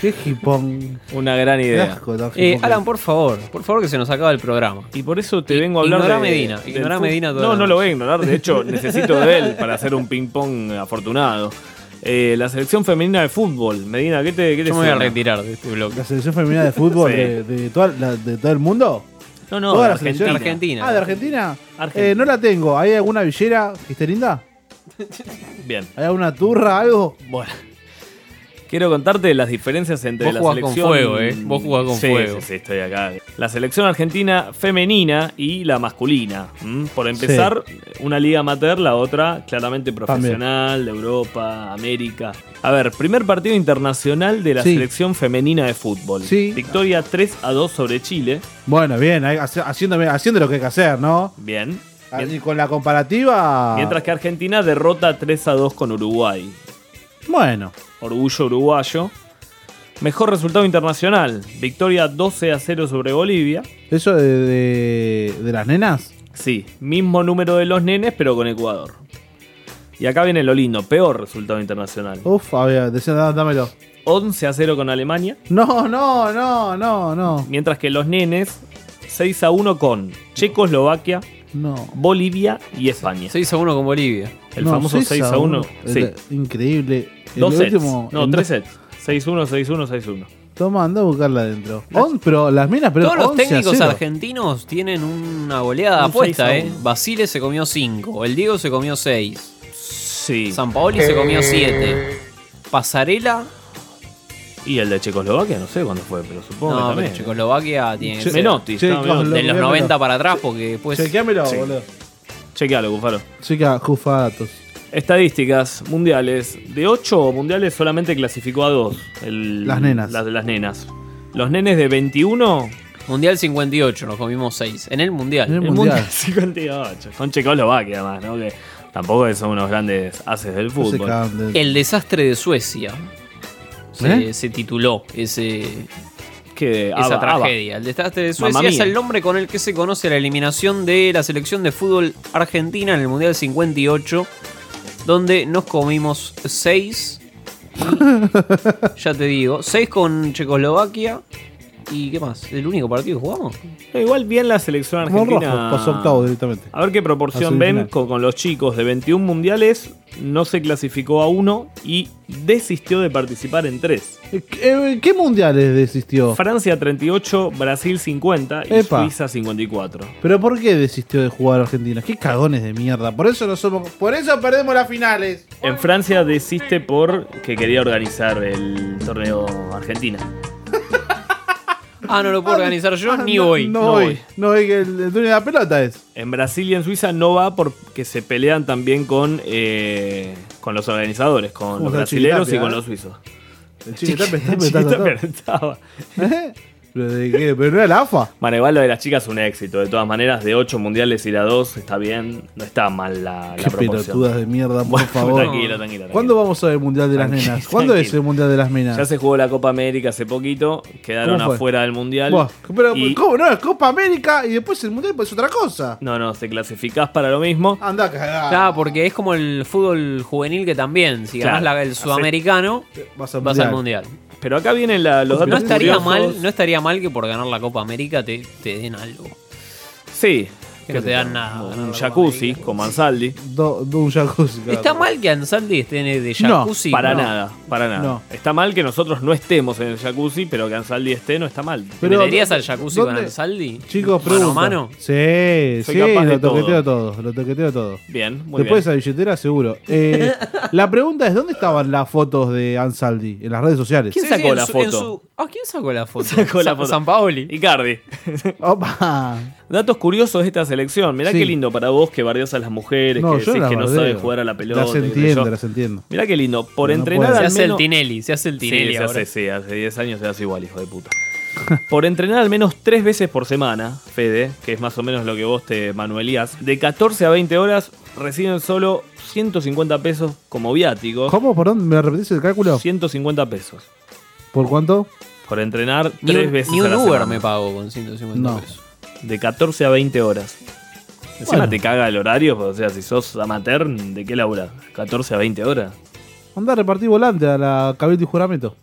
[SPEAKER 14] Qué jipón.
[SPEAKER 16] Una gran idea.
[SPEAKER 15] Eh, Alan, por favor, por favor que se nos acaba el programa.
[SPEAKER 16] Y por eso te vengo a hablar
[SPEAKER 15] Ignorá
[SPEAKER 16] de-
[SPEAKER 15] Medina,
[SPEAKER 16] del
[SPEAKER 15] ignorá
[SPEAKER 16] fut-
[SPEAKER 15] Medina toda
[SPEAKER 16] No,
[SPEAKER 15] la
[SPEAKER 16] no lo voy
[SPEAKER 15] noche.
[SPEAKER 16] a ignorar. De hecho, necesito de él para hacer un ping-pong afortunado. Eh, la selección femenina de fútbol. Medina, ¿qué te, qué te
[SPEAKER 15] Yo me voy a
[SPEAKER 16] suena?
[SPEAKER 15] retirar de este bloque.
[SPEAKER 14] ¿La selección femenina de fútbol eh.
[SPEAKER 16] Sí.
[SPEAKER 14] de, de toda la- de todo el mundo?
[SPEAKER 16] No, no,
[SPEAKER 14] ¿Todas
[SPEAKER 16] de
[SPEAKER 14] las selecciones?
[SPEAKER 16] Argentina.
[SPEAKER 14] Ah, de Argentina.
[SPEAKER 16] Argentina.
[SPEAKER 14] Eh, no la tengo. ¿Hay alguna villera que esté linda?
[SPEAKER 16] Bien.
[SPEAKER 14] ¿Hay alguna turra, algo?
[SPEAKER 16] Bueno. Quiero contarte las diferencias entre
[SPEAKER 15] Vos
[SPEAKER 16] la
[SPEAKER 15] jugás con
[SPEAKER 16] selección.
[SPEAKER 15] fuego, eh. Vos jugás con
[SPEAKER 16] Sí,
[SPEAKER 15] fuego.
[SPEAKER 16] Sí, sí, estoy acá. La selección argentina femenina y la masculina. ¿m? Por empezar, una liga amateur, la otra claramente profesional, de Europa, América. A ver, primer partido internacional de la
[SPEAKER 14] Sí.
[SPEAKER 16] selección femenina de fútbol.
[SPEAKER 14] Sí.
[SPEAKER 16] Victoria 3 a 2 sobre Chile.
[SPEAKER 14] Bueno, bien, ahí hace- haciendo, haciendo lo que hay que hacer, ¿no?
[SPEAKER 16] Bien.
[SPEAKER 14] Ah, Y con la
[SPEAKER 15] Ah.
[SPEAKER 14] comparativa.
[SPEAKER 16] Mientras que Argentina derrota 3 a 2 con Uruguay.
[SPEAKER 14] Bueno.
[SPEAKER 16] Orgullo uruguayo. Mejor resultado internacional. Victoria 12 a 0 sobre Bolivia.
[SPEAKER 14] ¿Eso de, de- de las nenas?
[SPEAKER 16] Sí, mismo número de los nenes, pero con Ecuador. Y acá viene lo lindo, peor resultado internacional.
[SPEAKER 14] Uf, a ver, decía, dá- dámelo.
[SPEAKER 16] 11 a 0 con Alemania.
[SPEAKER 14] No, no, no, no, no.
[SPEAKER 16] Mientras que los nenes, 6 a 1 con Checoslovaquia,
[SPEAKER 14] No.
[SPEAKER 16] Bolivia y España.
[SPEAKER 15] 6 a 1 con Bolivia.
[SPEAKER 16] El
[SPEAKER 14] No,
[SPEAKER 16] famoso 6 a 1. Sí.
[SPEAKER 14] Era Increíble. El
[SPEAKER 16] Dos sets.
[SPEAKER 14] último-
[SPEAKER 16] No,
[SPEAKER 14] el-
[SPEAKER 16] tres sets. 6-1, 6-1, 6-1.
[SPEAKER 14] Toma, anda a buscarla adentro. On- pero las minas, pero.
[SPEAKER 15] Todos los
[SPEAKER 14] 11 a
[SPEAKER 15] técnicos
[SPEAKER 14] cero.
[SPEAKER 15] argentinos tienen una goleada de
[SPEAKER 14] Un seis
[SPEAKER 15] apuesta,
[SPEAKER 14] a
[SPEAKER 15] ¿eh?
[SPEAKER 14] uno.
[SPEAKER 15] Basile se comió 5, el Diego se comió 6.
[SPEAKER 16] Sí.
[SPEAKER 15] San Paoli se comió 7. Pasarela.
[SPEAKER 16] Y el de Checoslovaquia, no sé cuándo fue, pero supongo
[SPEAKER 15] No,
[SPEAKER 16] que
[SPEAKER 15] pero
[SPEAKER 16] también. ¿eh?
[SPEAKER 15] Checoslovaquia tiene. que
[SPEAKER 16] Che-
[SPEAKER 15] ser
[SPEAKER 16] Menotti, está Menotti.
[SPEAKER 15] De los
[SPEAKER 16] Chequeamelo.
[SPEAKER 15] 90 para atrás, porque después.
[SPEAKER 14] Chequeamelo,
[SPEAKER 16] Sí.
[SPEAKER 14] boludo.
[SPEAKER 16] Chequealo, Cufaro.
[SPEAKER 14] Chica, jufa datos.
[SPEAKER 16] Estadísticas mundiales. De 8 mundiales solamente clasificó a 2.
[SPEAKER 14] Las nenas.
[SPEAKER 16] Las, las nenas. Los nenes de 21.
[SPEAKER 15] Mundial 58, nos comimos 6. En el Mundial.
[SPEAKER 16] El mundial 58. Con Checoslovaquia, además, ¿no? Que tampoco son unos grandes haces del
[SPEAKER 14] se
[SPEAKER 16] fútbol.
[SPEAKER 14] cagan de-
[SPEAKER 15] El desastre de Suecia. Se,
[SPEAKER 16] ¿Eh?
[SPEAKER 15] Eh, se tituló ese,
[SPEAKER 16] Que
[SPEAKER 15] esa
[SPEAKER 16] ABBA,
[SPEAKER 15] tragedia.
[SPEAKER 16] ABBA.
[SPEAKER 15] El desastre de Suecia
[SPEAKER 16] Mamma
[SPEAKER 15] es
[SPEAKER 16] mía.
[SPEAKER 15] el nombre con el que se conoce la eliminación de la selección de fútbol argentina en el Mundial 58, donde nos comimos 6. ya te digo, 6 con Checoslovaquia. ¿Y qué más? ¿El único partido que jugamos?
[SPEAKER 16] Eh, Igual bien la selección
[SPEAKER 14] Como
[SPEAKER 16] argentina.
[SPEAKER 14] rojo, pasó octavo directamente.
[SPEAKER 16] A ver qué proporción
[SPEAKER 14] Así de
[SPEAKER 16] ven
[SPEAKER 14] final.
[SPEAKER 16] con, con los chicos de 21 mundiales. No se clasificó a uno y desistió de participar en tres.
[SPEAKER 14] Eh, ¿Qué, qué mundiales desistió?
[SPEAKER 16] Francia 38, Brasil 50 y
[SPEAKER 14] Epa.
[SPEAKER 16] Suiza 54.
[SPEAKER 14] ¿Pero por qué desistió de jugar Argentina? Qué cagones de mierda. Por eso no somos. Por eso perdemos las finales.
[SPEAKER 16] En Francia desiste por que quería organizar el torneo Argentina.
[SPEAKER 15] Ah, no lo puedo organizar yo ni
[SPEAKER 14] no,
[SPEAKER 15] hoy.
[SPEAKER 14] No, voy. No voy que el, el dueño de la pelota es.
[SPEAKER 16] En Brasil y en Suiza no va porque se pelean también con, eh, con los organizadores, con
[SPEAKER 14] Como
[SPEAKER 16] los
[SPEAKER 14] la
[SPEAKER 16] brasileños y
[SPEAKER 14] Chiquitapia,
[SPEAKER 16] con
[SPEAKER 14] ¿eh?
[SPEAKER 16] los suizos.
[SPEAKER 14] El chico está apestando,
[SPEAKER 16] Chiquita
[SPEAKER 14] está apestando.
[SPEAKER 16] apretaba.
[SPEAKER 14] ¿Pero de qué? ¿Pero no era la AFA?
[SPEAKER 16] Bueno, igual lo de las chicas es un éxito. De todas maneras, de 8 mundiales ir a 2 está bien. No está mal la, la
[SPEAKER 14] Qué
[SPEAKER 16] proporción.
[SPEAKER 14] pelotudas de mierda, por
[SPEAKER 16] Bueno,
[SPEAKER 14] favor.
[SPEAKER 16] tranquilo, tranquilo,
[SPEAKER 14] ¿Cuándo vamos a ver el Mundial de las
[SPEAKER 16] Tranquilo,
[SPEAKER 14] Nenas? ¿Cuándo es
[SPEAKER 16] tranquilo.
[SPEAKER 14] el Mundial de las Nenas?
[SPEAKER 16] Ya se jugó la Copa América hace poquito. Quedaron
[SPEAKER 14] ¿Cómo fue?
[SPEAKER 16] afuera del mundial.
[SPEAKER 14] Buah, pero,
[SPEAKER 16] y-
[SPEAKER 14] ¿cómo no? Es Copa América y después el Mundial pues, es otra cosa.
[SPEAKER 16] No, no, te clasificás para lo mismo.
[SPEAKER 14] Anda a cagar.
[SPEAKER 15] Claro, porque es como el fútbol juvenil que también, si ganás
[SPEAKER 16] Claro.
[SPEAKER 15] la- el sudamericano,
[SPEAKER 14] vas
[SPEAKER 15] al
[SPEAKER 14] al
[SPEAKER 15] mundial.
[SPEAKER 16] Mundial. Pero acá vienen la- los datos
[SPEAKER 15] no estaría
[SPEAKER 16] curiosos.
[SPEAKER 15] mal, no estaría mal que por ganar la Copa América te, te den algo.
[SPEAKER 16] Sí,
[SPEAKER 15] Que no te dan nada.
[SPEAKER 16] Un jacuzzi con Mansaldi.
[SPEAKER 14] un jacuzzi.
[SPEAKER 15] Está mal que Ansaldi esté en- de jacuzzi.
[SPEAKER 16] para
[SPEAKER 15] ¿no?
[SPEAKER 16] nada, para nada.
[SPEAKER 15] No.
[SPEAKER 16] Está mal que nosotros no estemos en el jacuzzi, pero que Ansaldi esté no está mal.
[SPEAKER 15] ¿Pero ¿Meterías al jacuzzi con Ansaldi?
[SPEAKER 14] Chicos,
[SPEAKER 15] ¿Mano
[SPEAKER 14] pregunta.
[SPEAKER 15] a mano?
[SPEAKER 14] Sí,
[SPEAKER 16] Soy
[SPEAKER 14] sí,
[SPEAKER 16] capaz de
[SPEAKER 14] lo
[SPEAKER 16] todo.
[SPEAKER 14] toqueteo todo. Lo toqueteo todo.
[SPEAKER 16] Bien,
[SPEAKER 14] Después
[SPEAKER 16] muy bien.
[SPEAKER 14] de esa billetera, seguro. Eh, la pregunta es: ¿dónde estaban las fotos de Ansaldi? En las redes sociales.
[SPEAKER 15] ¿Quién sacó la foto? Ah, ¿quién sacó la foto?
[SPEAKER 16] Sacó la foto.
[SPEAKER 15] San Paoli.
[SPEAKER 16] Icardi.
[SPEAKER 14] Opa.
[SPEAKER 16] Datos curiosos de esta selección. Mirá
[SPEAKER 14] Sí.
[SPEAKER 16] qué lindo para vos que bardeas a las mujeres,
[SPEAKER 14] No,
[SPEAKER 16] que
[SPEAKER 14] yo
[SPEAKER 16] decís
[SPEAKER 14] las
[SPEAKER 16] que no
[SPEAKER 14] bardeo.
[SPEAKER 16] sabes jugar a la pelota.
[SPEAKER 14] Las
[SPEAKER 16] qué sé
[SPEAKER 14] entiendo,
[SPEAKER 16] yo.
[SPEAKER 14] las entiendo.
[SPEAKER 16] Mirá qué lindo. Por
[SPEAKER 14] No
[SPEAKER 16] entrenar
[SPEAKER 14] puedo.
[SPEAKER 16] al
[SPEAKER 14] Se
[SPEAKER 16] menos...
[SPEAKER 14] hace el
[SPEAKER 15] Tinelli, se hace el Tinelli
[SPEAKER 16] Sí, se
[SPEAKER 15] ahora.
[SPEAKER 16] hace, sí, hace 10 años se hace igual, hijo de puta. Por entrenar al menos tres veces por semana, Fede, que es más o menos lo que vos te manuelías, de 14 a 20 horas reciben solo 150 pesos como viáticos.
[SPEAKER 14] ¿Cómo? ¿Por dónde? ¿Me repetís el cálculo?
[SPEAKER 16] 150 pesos.
[SPEAKER 14] ¿Por cuánto?
[SPEAKER 16] Por entrenar
[SPEAKER 15] Ni
[SPEAKER 16] tres
[SPEAKER 15] un-
[SPEAKER 16] veces
[SPEAKER 15] ni
[SPEAKER 16] a
[SPEAKER 15] un
[SPEAKER 16] la
[SPEAKER 15] Uber
[SPEAKER 16] semana.
[SPEAKER 15] me pago con 150
[SPEAKER 16] No.
[SPEAKER 15] pesos.
[SPEAKER 16] De 14 a 20 horas. Encima
[SPEAKER 14] Bueno.
[SPEAKER 16] te caga el horario, pues, o sea, si sos amateur, ¿de qué laburás? ¿14 a 20 horas?
[SPEAKER 14] Anda a repartir volante a la cabildo y juramento.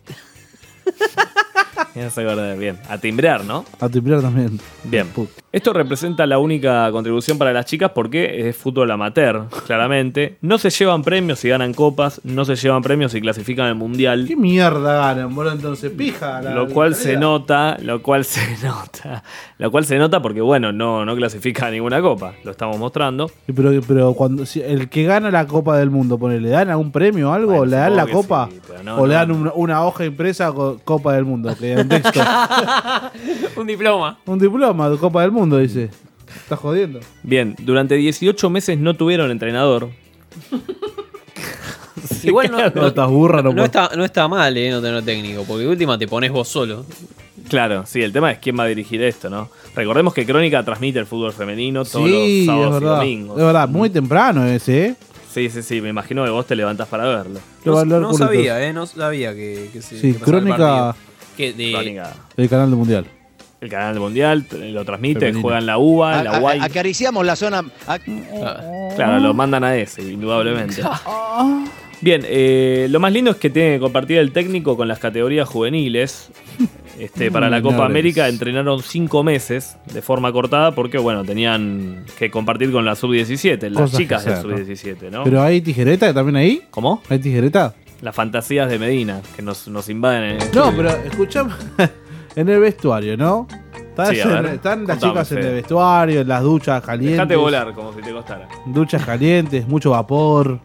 [SPEAKER 16] Ya se acordé, Bien, a timbrar, ¿no?
[SPEAKER 14] A timbrar también.
[SPEAKER 16] Bien. Esto representa la única contribución para las chicas porque es fútbol amateur, claramente. No se llevan premios si ganan copas, no se llevan premios si clasifican al mundial.
[SPEAKER 14] ¿Qué mierda ganan, boludo? Entonces, pija. La,
[SPEAKER 16] Lo cual se
[SPEAKER 14] tarea.
[SPEAKER 16] nota, lo cual se nota. Lo cual se nota porque, bueno, no, no clasifica a ninguna copa. Lo estamos mostrando.
[SPEAKER 14] Y Pero, pero cuando si el que gana la Copa del Mundo, ponele, ¿le dan algún premio o algo? ¿Le dan la
[SPEAKER 16] supongo que
[SPEAKER 14] copa?
[SPEAKER 16] sí, pero no,
[SPEAKER 14] ¿O le
[SPEAKER 16] no.
[SPEAKER 14] dan una, una hoja impresa con Copa del Mundo? Que un texto.
[SPEAKER 15] Un diploma.
[SPEAKER 14] un diploma de Copa del Mundo, dice. Estás jodiendo.
[SPEAKER 16] Bien, durante 18 meses no tuvieron entrenador.
[SPEAKER 15] Igual no,
[SPEAKER 16] claro.
[SPEAKER 15] no-
[SPEAKER 16] No, estás burra, no
[SPEAKER 15] no
[SPEAKER 16] puedo.
[SPEAKER 15] está, no está mal, eh, no tener técnico, porque de última te pones vos solo.
[SPEAKER 16] Claro, sí, el tema es quién va a dirigir esto, ¿no? Recordemos que Crónica transmite el fútbol femenino todos
[SPEAKER 14] sí,
[SPEAKER 16] los
[SPEAKER 14] es
[SPEAKER 16] sábados y
[SPEAKER 14] verdad.
[SPEAKER 16] domingos.
[SPEAKER 14] Es verdad, muy temprano ese, ¿eh?
[SPEAKER 16] Sí, sí, sí, me imagino que vos te levantás para verlo.
[SPEAKER 14] Lo va a
[SPEAKER 15] No,
[SPEAKER 14] leer culitos.
[SPEAKER 15] sabía, eh, no sabía que, que se-
[SPEAKER 14] Sí,
[SPEAKER 15] que pasaba el
[SPEAKER 14] Crónica-
[SPEAKER 15] partido. Que de-
[SPEAKER 14] El canal del Mundial.
[SPEAKER 16] El canal mundial t- lo transmite,
[SPEAKER 14] Femenino.
[SPEAKER 16] juegan la UBA,
[SPEAKER 5] A-
[SPEAKER 16] la
[SPEAKER 15] Ah,
[SPEAKER 5] a-
[SPEAKER 16] UAI.
[SPEAKER 5] Acariciamos la zona. a-
[SPEAKER 16] Claro, lo mandan a ese, indudablemente.
[SPEAKER 15] Ah.
[SPEAKER 12] Ah.
[SPEAKER 16] Bien, eh, lo más lindo es que tiene que compartir el técnico con las categorías juveniles. Este, para
[SPEAKER 14] Mm,
[SPEAKER 16] la Copa Menores. América entrenaron cinco meses de forma cortada porque, bueno, tenían que compartir con la sub-17, las
[SPEAKER 14] Cosas que
[SPEAKER 16] chicas de la
[SPEAKER 14] hacer, ¿no?
[SPEAKER 16] sub-17, ¿no?
[SPEAKER 14] Pero hay tijereta también ahí.
[SPEAKER 16] ¿Cómo?
[SPEAKER 14] ¿Hay tijereta?
[SPEAKER 16] Las fantasías de Medina que nos, nos invaden. En
[SPEAKER 14] No, pero escuchame. en el vestuario, ¿no? Estás
[SPEAKER 16] Sí, a
[SPEAKER 14] en-
[SPEAKER 16] ver,
[SPEAKER 14] están las
[SPEAKER 16] contame,
[SPEAKER 14] chicas en
[SPEAKER 16] Fede.
[SPEAKER 14] el vestuario, en las duchas calientes.
[SPEAKER 16] Dejate volar como si te costara.
[SPEAKER 14] Duchas calientes, mucho vapor.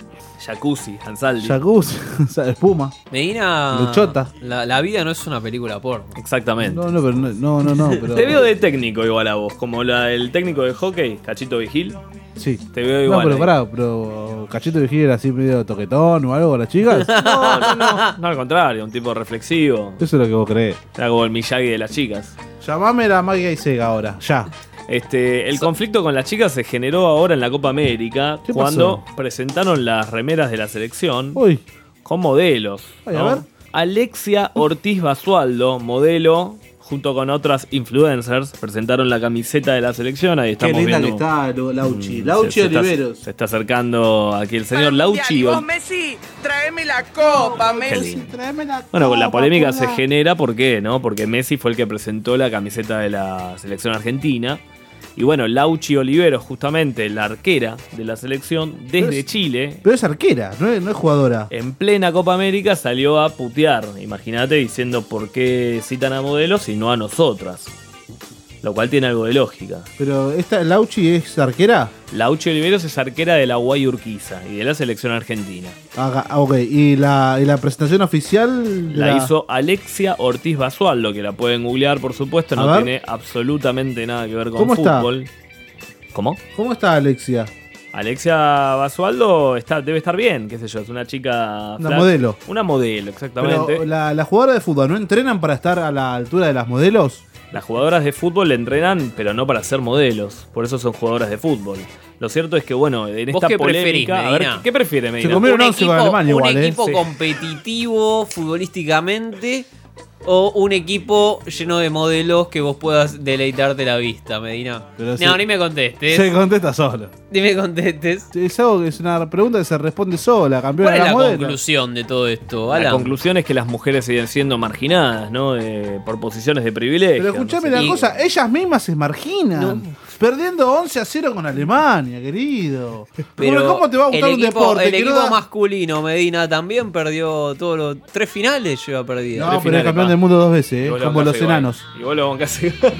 [SPEAKER 16] Jacuzzi, Ansaldi.
[SPEAKER 14] Jacuzzi, o sea, espuma.
[SPEAKER 15] Medina.
[SPEAKER 14] Luchota.
[SPEAKER 15] La, la vida no es una película porno.
[SPEAKER 16] Exactamente.
[SPEAKER 14] No, no, pero no, no, no, no, pero.
[SPEAKER 16] Te veo de técnico igual a vos, como la, el técnico de hockey, Cachito Vigil.
[SPEAKER 14] Sí.
[SPEAKER 16] Te veo igual.
[SPEAKER 14] No,
[SPEAKER 16] eh.
[SPEAKER 14] pero
[SPEAKER 16] ahí.
[SPEAKER 14] pará, pero Cachito Vigil era así medio toquetón o algo a las chicas.
[SPEAKER 16] No, no, no, no, al contrario, un tipo reflexivo.
[SPEAKER 14] Eso es lo que vos crees.
[SPEAKER 16] Era como el Miyagi de las chicas.
[SPEAKER 14] Llamame a la magia y Sega ahora, ya.
[SPEAKER 16] Este, el conflicto con las chicas se generó ahora en la Copa América
[SPEAKER 14] ¿Qué
[SPEAKER 16] cuando presentaron las remeras de la selección
[SPEAKER 14] Uy.
[SPEAKER 16] con modelos.
[SPEAKER 14] Ay, a
[SPEAKER 16] ¿no?
[SPEAKER 14] ver.
[SPEAKER 16] Alexia Ortiz Basualdo, modelo, junto con otras influencers, presentaron la camiseta de la selección. Ahí estamos viendo- Mm,
[SPEAKER 14] Lauchi.
[SPEAKER 16] se- se está- se está acercando aquí el señor Lauchi.
[SPEAKER 24] Messi, tráeme la copa,
[SPEAKER 16] Messi, lindo.
[SPEAKER 24] tráeme la copa.
[SPEAKER 16] Bueno, la polémica se genera, ¿por qué? ¿No? Porque Messi fue el que presentó la camiseta de la selección argentina. Y bueno, Lauchi Oliveros, justamente la arquera de la selección desde
[SPEAKER 14] es-
[SPEAKER 16] Chile,
[SPEAKER 14] Pero es arquera, no es, no es jugadora.
[SPEAKER 16] en plena Copa América salió a putear. Imagínate diciendo por qué citan a modelos y no a nosotras. Lo cual tiene algo de lógica.
[SPEAKER 14] Pero esta Lauchi es arquera.
[SPEAKER 16] Lauchi Oliveros es arquera de la Guay Urquiza y de la selección argentina.
[SPEAKER 14] Ah, ah, ok, y la, y la presentación oficial de
[SPEAKER 16] La hizo Alexia Ortiz Basualdo, que la pueden googlear, por supuesto.
[SPEAKER 14] A
[SPEAKER 16] No
[SPEAKER 14] ver.
[SPEAKER 16] tiene absolutamente nada que ver con
[SPEAKER 14] ¿Cómo está?
[SPEAKER 16] fútbol. ¿Cómo?
[SPEAKER 14] ¿Cómo está Alexia?
[SPEAKER 16] Alexia Basualdo está, debe estar bien, qué sé yo, es una chica.
[SPEAKER 14] Una modelo.
[SPEAKER 16] Una modelo, exactamente.
[SPEAKER 14] Pero la, la jugadora de fútbol, ¿no entrenan para estar a la altura de las modelos?
[SPEAKER 16] Las jugadoras de fútbol le entrenan, pero no para ser modelos. Por eso son jugadoras de fútbol. Lo cierto es que, bueno, en
[SPEAKER 15] ¿Vos
[SPEAKER 16] esta
[SPEAKER 15] qué
[SPEAKER 16] polémica.
[SPEAKER 15] preferís,
[SPEAKER 16] a ver,
[SPEAKER 15] Medina?
[SPEAKER 16] ¿qué prefiere Medina?
[SPEAKER 14] comieron once con Alemania ¿eh?
[SPEAKER 15] un
[SPEAKER 14] igual, ¿eh?
[SPEAKER 15] equipo
[SPEAKER 14] Sí.
[SPEAKER 15] competitivo futbolísticamente o un equipo lleno de modelos que vos puedas deleitarte la vista, Medina?
[SPEAKER 14] Pero
[SPEAKER 15] no,
[SPEAKER 14] sí.
[SPEAKER 15] ni me contestes.
[SPEAKER 14] Se contesta solo.
[SPEAKER 15] Dime contestes.
[SPEAKER 14] Es algo que es una pregunta que se responde sola, campeona de
[SPEAKER 15] ¿Cuál es
[SPEAKER 14] la,
[SPEAKER 15] la
[SPEAKER 14] modelo.
[SPEAKER 15] conclusión de todo esto,
[SPEAKER 14] La
[SPEAKER 15] Alan?
[SPEAKER 14] conclu-
[SPEAKER 16] conclusión es que las mujeres siguen siendo marginadas, ¿no? Eh, por posiciones de privilegio.
[SPEAKER 14] Pero escuchame
[SPEAKER 16] no sé.
[SPEAKER 14] la cosa, ellas mismas se marginan. Perdiendo 11 a 0 con Alemania, querido. Pero, ¿Cómo te va a gustar
[SPEAKER 15] el
[SPEAKER 14] un
[SPEAKER 15] equipo-
[SPEAKER 14] deporte?
[SPEAKER 15] El
[SPEAKER 14] que no
[SPEAKER 15] equipo
[SPEAKER 14] da-
[SPEAKER 15] masculino, Medina, también perdió todos los tres finales, lleva perdido.
[SPEAKER 14] No, pero es campeón del mundo dos veces, eh,
[SPEAKER 15] Igual
[SPEAKER 14] como
[SPEAKER 15] la
[SPEAKER 14] los
[SPEAKER 15] banca igual.
[SPEAKER 14] enanos.
[SPEAKER 16] Y vos lo bancás.
[SPEAKER 5] Oh,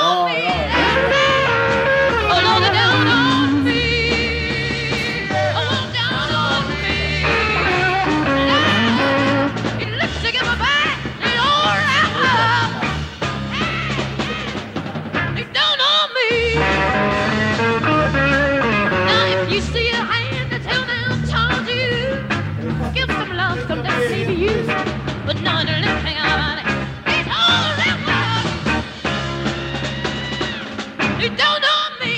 [SPEAKER 5] Oh, Oh, But none of them hang on. He's all around. You don't know me.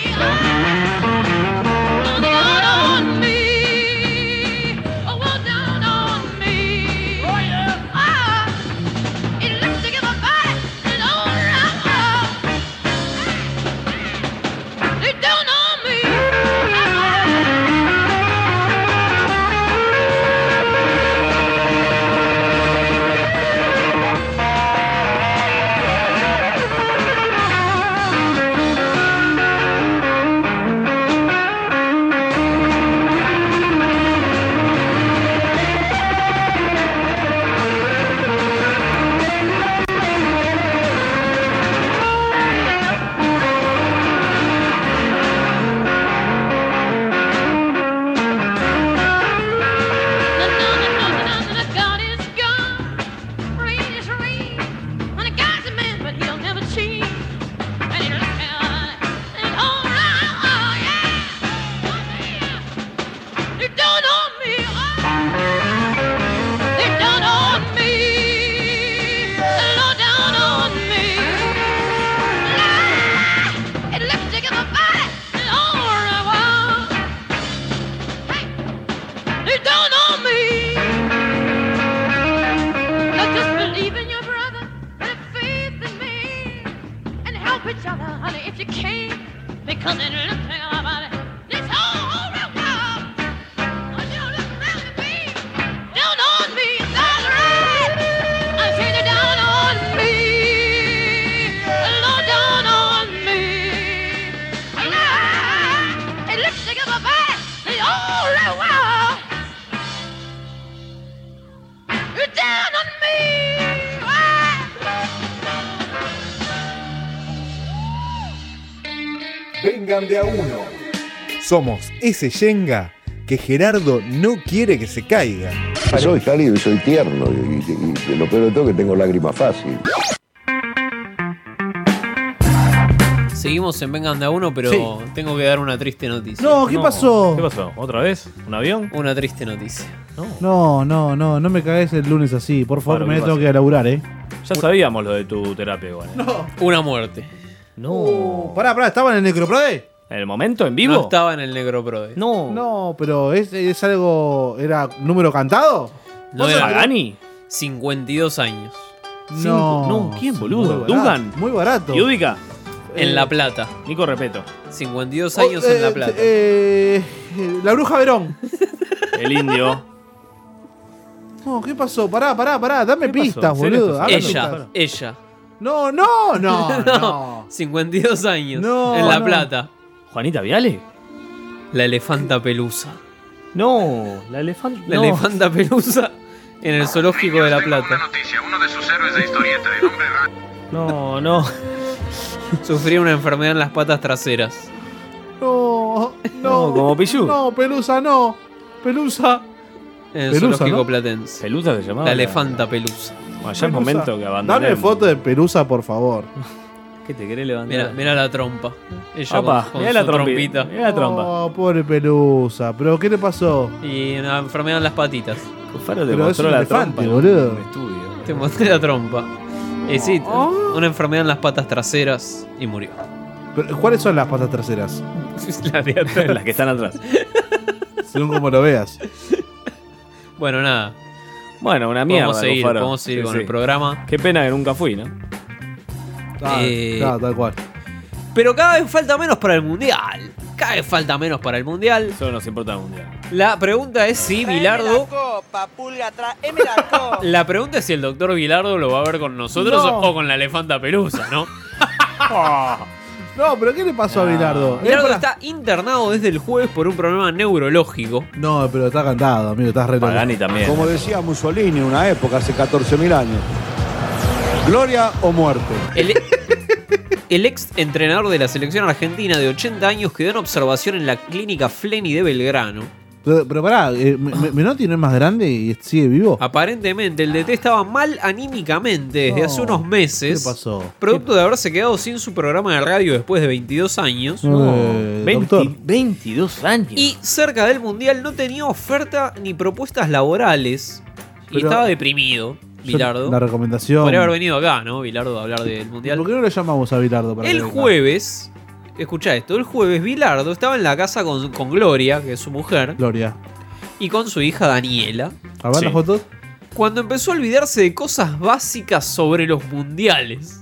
[SPEAKER 5] Oh, down on me. Oh, well, down on me. Oh, yeah. Ah, it looks like my body is all around. You don't know me. Ah, ah. Ah! You don't know me. I just believe in your brother and have faith in me and help each other, honey, if you can. Because it looks like I'm out this whole real world. Oh, you look around at me, down on me, it's all right. I say they're down on me, Lord, down on me. Ah, It looks like I'm about the whole real world. You're down on me. Ah.
[SPEAKER 1] Vengan de a uno. Somos ese Yenga que Gerardo no quiere que se caiga.
[SPEAKER 6] Soy cálido y soy tierno. Y, y- y lo peor de todo es que tengo lágrimas fácil.
[SPEAKER 15] Seguimos en Vengan de a uno, pero
[SPEAKER 16] Sí.
[SPEAKER 15] tengo que dar una triste noticia.
[SPEAKER 14] No, ¿qué pasó?
[SPEAKER 16] ¿Qué pasó? ¿Otra vez? ¿Un avión?
[SPEAKER 15] Una triste noticia.
[SPEAKER 14] No, no, no, no me cagues el lunes así, por favor,
[SPEAKER 16] Claro,
[SPEAKER 14] me
[SPEAKER 16] ¿qué
[SPEAKER 14] tengo
[SPEAKER 16] pasa?
[SPEAKER 14] que laburar, eh.
[SPEAKER 16] Ya sabíamos lo de tu terapia igual. ¿eh?
[SPEAKER 15] Una muerte.
[SPEAKER 16] No.
[SPEAKER 14] pará, pará, ¿estaba en el Necroprode?
[SPEAKER 16] ¿En el momento? ¿En vivo?
[SPEAKER 15] No estaba en el Necroprode.
[SPEAKER 16] No.
[SPEAKER 14] No, pero ¿es, es algo. ¿Era número cantado?
[SPEAKER 15] ¿No
[SPEAKER 14] ¿Vos
[SPEAKER 15] era
[SPEAKER 14] sabés?
[SPEAKER 15] 52 años.
[SPEAKER 14] No.
[SPEAKER 15] Cinco-
[SPEAKER 16] no, ¿quién,
[SPEAKER 15] boludo?
[SPEAKER 14] Muy barato,
[SPEAKER 15] ¿Dugan?
[SPEAKER 14] Muy barato. Eh,
[SPEAKER 16] ¿Yudica?
[SPEAKER 15] En La Plata.
[SPEAKER 16] Nico Repeto.
[SPEAKER 15] 52
[SPEAKER 14] Oh,
[SPEAKER 15] años en La
[SPEAKER 14] eh,
[SPEAKER 15] Plata.
[SPEAKER 14] eh, la bruja Verón.
[SPEAKER 16] El indio.
[SPEAKER 14] No, ¿qué pasó? Pará, pará, pará, dame pistas,
[SPEAKER 15] Ella,
[SPEAKER 14] boludo. dame pistas.
[SPEAKER 15] ella, ella.
[SPEAKER 14] No, no, no, no.
[SPEAKER 15] 52 años.
[SPEAKER 14] No,
[SPEAKER 15] en La
[SPEAKER 14] no.
[SPEAKER 15] Plata.
[SPEAKER 16] ¿Juanita Viale?
[SPEAKER 15] La elefanta pelusa.
[SPEAKER 16] No, la elefanta.
[SPEAKER 15] La
[SPEAKER 16] no.
[SPEAKER 15] elefanta pelusa en el zoológico de La Plata.
[SPEAKER 16] No, no.
[SPEAKER 15] Sufría una enfermedad en las patas traseras.
[SPEAKER 14] No, no.
[SPEAKER 15] No, como Pichu.
[SPEAKER 14] No, Pelusa, no. Pelusa.
[SPEAKER 15] En el
[SPEAKER 14] Pelusa,
[SPEAKER 15] zoológico
[SPEAKER 14] ¿no?
[SPEAKER 15] platense.
[SPEAKER 16] Pelusa se llamaba.
[SPEAKER 15] La elefanta pelusa.
[SPEAKER 16] Bueno, ya es momento que
[SPEAKER 14] Dame
[SPEAKER 16] abandonemos.
[SPEAKER 14] foto de Pelusa, por favor.
[SPEAKER 16] ¿Qué te querés levantar?
[SPEAKER 15] Mira, mira la trompa. Ella
[SPEAKER 14] Opa,
[SPEAKER 15] con, con
[SPEAKER 14] mirá
[SPEAKER 15] su
[SPEAKER 14] la
[SPEAKER 15] trompita.
[SPEAKER 14] Oh, pobre pelusa. ¿Pero qué le pasó?
[SPEAKER 15] Y una enfermedad en las patitas.
[SPEAKER 14] Cufaro te Pero mostró es un la elefante, trompa en un boludo. estudio.
[SPEAKER 15] Te mostré la trompa. Y sí,
[SPEAKER 14] Oh.
[SPEAKER 15] una enfermedad en las patas traseras y murió.
[SPEAKER 14] Pero, ¿Cuáles son las patas traseras?
[SPEAKER 15] Las de atrás.
[SPEAKER 16] Las que están atrás.
[SPEAKER 14] Según como lo veas.
[SPEAKER 15] Bueno, nada.
[SPEAKER 16] Bueno, una mierda.
[SPEAKER 15] Podemos seguir,
[SPEAKER 16] Cufaro.
[SPEAKER 15] podemos seguir
[SPEAKER 16] Sí,
[SPEAKER 15] con
[SPEAKER 16] sí.
[SPEAKER 15] el programa.
[SPEAKER 16] Qué pena que nunca fui, ¿no?
[SPEAKER 15] Eh,
[SPEAKER 14] tal cual.
[SPEAKER 15] Pero cada vez falta menos para el mundial. Cada vez falta menos para el mundial.
[SPEAKER 16] Solo nos importa el mundial.
[SPEAKER 15] La pregunta es si Bilardo. La pregunta es si el doctor Bilardo lo va a ver con nosotros
[SPEAKER 14] No.
[SPEAKER 15] o con la elefanta pelusa, ¿no? Ah.
[SPEAKER 14] No, pero ¿qué le pasó a Bilardo? Eh,
[SPEAKER 15] Bilardo
[SPEAKER 14] pará.
[SPEAKER 15] está internado desde el jueves por un problema neurológico.
[SPEAKER 14] No, pero está cantado, amigo, estás re loco.
[SPEAKER 15] Pagani también.
[SPEAKER 22] Como decía Mussolini una época, hace 14.000 años. Gloria o muerte.
[SPEAKER 15] El, el ex entrenador de la selección argentina de 80 años quedó en observación en la clínica Fleni de Belgrano.
[SPEAKER 14] Pero, pero pará, eh, Me- Me- Menotti no es más grande y sigue vivo.
[SPEAKER 15] Aparentemente, el DT estaba mal anímicamente desde
[SPEAKER 14] No.
[SPEAKER 15] hace unos meses.
[SPEAKER 14] Oh, ¿Qué pasó?
[SPEAKER 15] Producto de haberse quedado sin su programa de radio después de 22 años.
[SPEAKER 14] Eh, doctor.
[SPEAKER 15] 22 años. Y cerca del Mundial no tenía oferta ni propuestas laborales. y
[SPEAKER 14] Pero-
[SPEAKER 15] estaba deprimido,
[SPEAKER 14] Yo-
[SPEAKER 15] Bilardo.
[SPEAKER 14] La recomendación.
[SPEAKER 15] Podría haber venido acá, ¿no? Bilardo a hablar del Mundial.
[SPEAKER 14] ¿Por qué no lo llamamos a Bilardo para
[SPEAKER 15] El
[SPEAKER 14] que venga?
[SPEAKER 15] jueves, escucha esto, el jueves Bilardo estaba en la casa con, con Gloria, que es su mujer,
[SPEAKER 14] Gloria.
[SPEAKER 15] y con su hija Daniela.
[SPEAKER 14] A ver las fotos.
[SPEAKER 15] Cuando empezó a olvidarse de cosas básicas sobre los mundiales.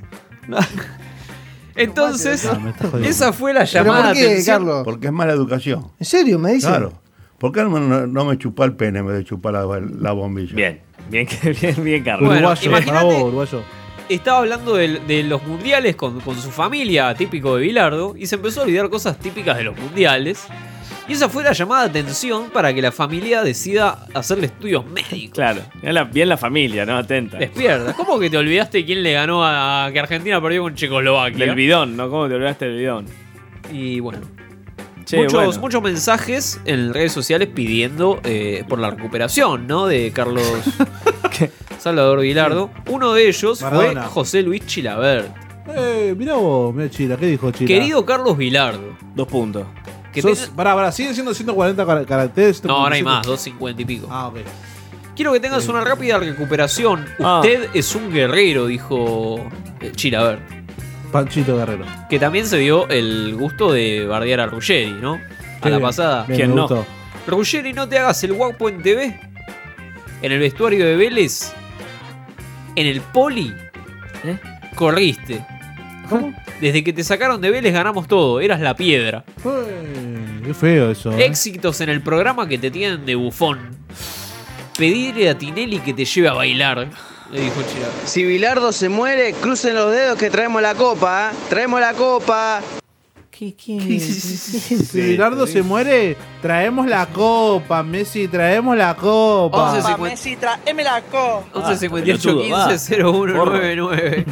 [SPEAKER 15] Entonces,
[SPEAKER 10] Ah,
[SPEAKER 15] esa fue la llamada de atención.
[SPEAKER 10] Porque es mala educación.
[SPEAKER 4] ¿En serio me dicen?
[SPEAKER 10] Claro. ¿Por qué no, no- no me chupó el pene en vez de chupar la, la bombilla?
[SPEAKER 16] Bien, bien, bien, bien,
[SPEAKER 15] Bueno, Uruguayo, por imagínate- favor,
[SPEAKER 14] uruguayo.
[SPEAKER 15] Estaba hablando del- de, los mundiales con, con su familia, típico de Bilardo, y se empezó a olvidar cosas típicas de los mundiales. Y esa fue la llamada de atención para que la familia decida hacerle estudios médicos.
[SPEAKER 16] Claro, bien la, bien la familia, ¿no? Atenta.
[SPEAKER 15] Despierta. ¿Cómo que te olvidaste quién le ganó a que Argentina perdió con Checoslovaquia?
[SPEAKER 16] Del bidón, ¿no? ¿Cómo te olvidaste del bidón?
[SPEAKER 15] Y bueno.
[SPEAKER 16] Che,
[SPEAKER 15] muchos,
[SPEAKER 16] bueno.
[SPEAKER 15] muchos mensajes en redes sociales pidiendo eh, por la recuperación, ¿no? De Carlos Salvador Vilardo. Uno de ellos
[SPEAKER 14] Maradona.
[SPEAKER 15] fue José Luis Chilabert.
[SPEAKER 14] Eh, mirá vos, mirá Chila, ¿qué dijo Chila?
[SPEAKER 15] Querido Carlos Vilardo.
[SPEAKER 16] Dos puntos.
[SPEAKER 15] Que
[SPEAKER 14] Sos-
[SPEAKER 15] tenga-
[SPEAKER 14] Pará, pará, siguen siendo 140 car- caracteres.
[SPEAKER 15] No, ahora hay
[SPEAKER 14] 145.
[SPEAKER 15] más, 250 y pico.
[SPEAKER 14] Ah, ok.
[SPEAKER 15] Quiero que tengas una rápida recuperación.
[SPEAKER 14] Ah.
[SPEAKER 15] Usted es un guerrero, dijo eh, Chilabert.
[SPEAKER 14] Panchito Guerrero.
[SPEAKER 15] Que también se dio el gusto de bardear a Ruggeri, ¿no? a
[SPEAKER 14] Sí,
[SPEAKER 15] la pasada.
[SPEAKER 14] bien, ¿Quién me no? gustó.
[SPEAKER 15] Ruggeri, no te hagas el guapo en TV. En el vestuario de Vélez. En el poli. ¿eh? Corriste.
[SPEAKER 14] ¿Cómo?
[SPEAKER 15] Desde que te sacaron de Vélez ganamos todo. Eras la piedra.
[SPEAKER 14] Eh, qué feo eso. eh.
[SPEAKER 15] Éxitos en el programa que te tienen de bufón. Pedirle a Tinelli que te lleve a bailar. Le dijo Chirá.
[SPEAKER 27] Si Bilardo se muere, crucen los dedos que traemos la copa, ¿eh? Traemos la copa.
[SPEAKER 14] ¿Qué, Si Bilardo se muere, traemos la copa, Messi, traemos la copa.
[SPEAKER 27] Messi, traeme la copa.
[SPEAKER 12] Ah,
[SPEAKER 15] 1158 15 0199.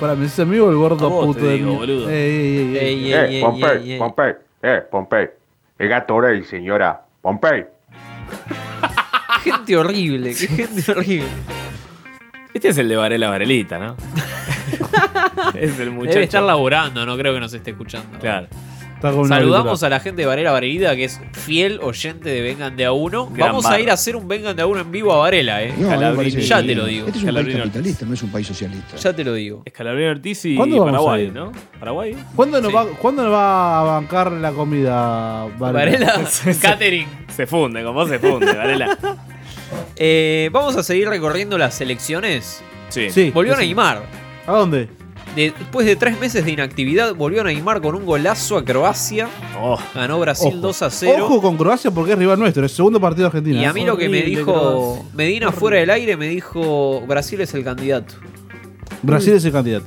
[SPEAKER 14] Para Messi amigo, el gordo puto de
[SPEAKER 28] digo,
[SPEAKER 14] mí.
[SPEAKER 28] boludo.
[SPEAKER 14] Ey, ey, ey, ey.
[SPEAKER 28] Eh, Pompey, Pompey, eh, Pompey. El gato Orey, señora. Pompey.
[SPEAKER 15] Gente horrible, qué gente horrible.
[SPEAKER 16] Este es el de Varela Varelita, ¿no? es el muchacho.
[SPEAKER 15] Debe estar laburando, no creo que nos esté escuchando.
[SPEAKER 16] Claro.
[SPEAKER 14] Está con un
[SPEAKER 15] Saludamos
[SPEAKER 14] auricular.
[SPEAKER 15] a la gente de Varela Varelita, que es fiel oyente de Vengan de a uno.
[SPEAKER 16] Gran
[SPEAKER 15] Vamos a
[SPEAKER 16] barra.
[SPEAKER 15] ir a hacer un Vengan de a uno en vivo a Varela, eh.
[SPEAKER 16] No,
[SPEAKER 15] Calabrini.
[SPEAKER 16] me parece
[SPEAKER 15] ya te
[SPEAKER 16] bien.
[SPEAKER 15] lo digo.
[SPEAKER 16] Este es un país
[SPEAKER 15] Calabrini.
[SPEAKER 22] Capitalista, no es un país socialista.
[SPEAKER 15] Ya te lo digo.
[SPEAKER 16] Escalabrino Ortiz y
[SPEAKER 14] ¿Cuándo vamos a
[SPEAKER 16] Paraguay,
[SPEAKER 14] ir?
[SPEAKER 16] ¿no? Paraguay.
[SPEAKER 14] ¿Cuándo, nos va, ¿Cuándo nos va a bancar la comida,
[SPEAKER 15] Varela, catering.
[SPEAKER 16] Se funde, como se funde, Varela.
[SPEAKER 15] Eh, Vamos a seguir recorriendo las selecciones.
[SPEAKER 14] Sí,
[SPEAKER 15] Volvió
[SPEAKER 14] sí.
[SPEAKER 15] Neymar.
[SPEAKER 14] ¿A dónde?
[SPEAKER 15] De- después de tres meses de inactividad, volvió Neymar con un golazo a Croacia.
[SPEAKER 16] Oh.
[SPEAKER 15] Ganó Brasil
[SPEAKER 14] Ojo.
[SPEAKER 15] 2 a 0.
[SPEAKER 14] Ojo con Croacia porque es rival nuestro, el segundo partido de Argentina.
[SPEAKER 15] Y a mí lo que me
[SPEAKER 14] Horrible,
[SPEAKER 15] dijo
[SPEAKER 14] Croacia.
[SPEAKER 15] Medina fuera del aire, me dijo Brasil es el candidato.
[SPEAKER 14] Brasil es el candidato.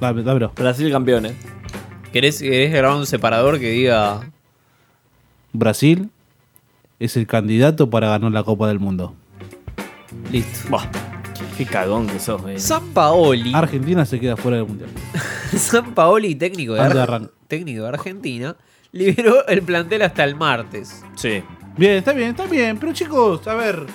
[SPEAKER 14] Dame, dámelo.
[SPEAKER 16] Brasil campeón, eh.
[SPEAKER 15] ¿Querés, querés grabar un separador que diga
[SPEAKER 14] Brasil es el candidato para ganar la Copa del Mundo.
[SPEAKER 15] listo?
[SPEAKER 16] Qué cagón que sos, eh.
[SPEAKER 15] San Paoli.
[SPEAKER 14] Argentina se queda fuera del Mundial.
[SPEAKER 15] San Paoli, técnico de,
[SPEAKER 14] Ando
[SPEAKER 15] Ar-
[SPEAKER 14] arran-
[SPEAKER 15] técnico de Argentina, liberó el plantel hasta el martes.
[SPEAKER 16] Sí.
[SPEAKER 14] Bien, está bien, está bien. Pero chicos, a ver.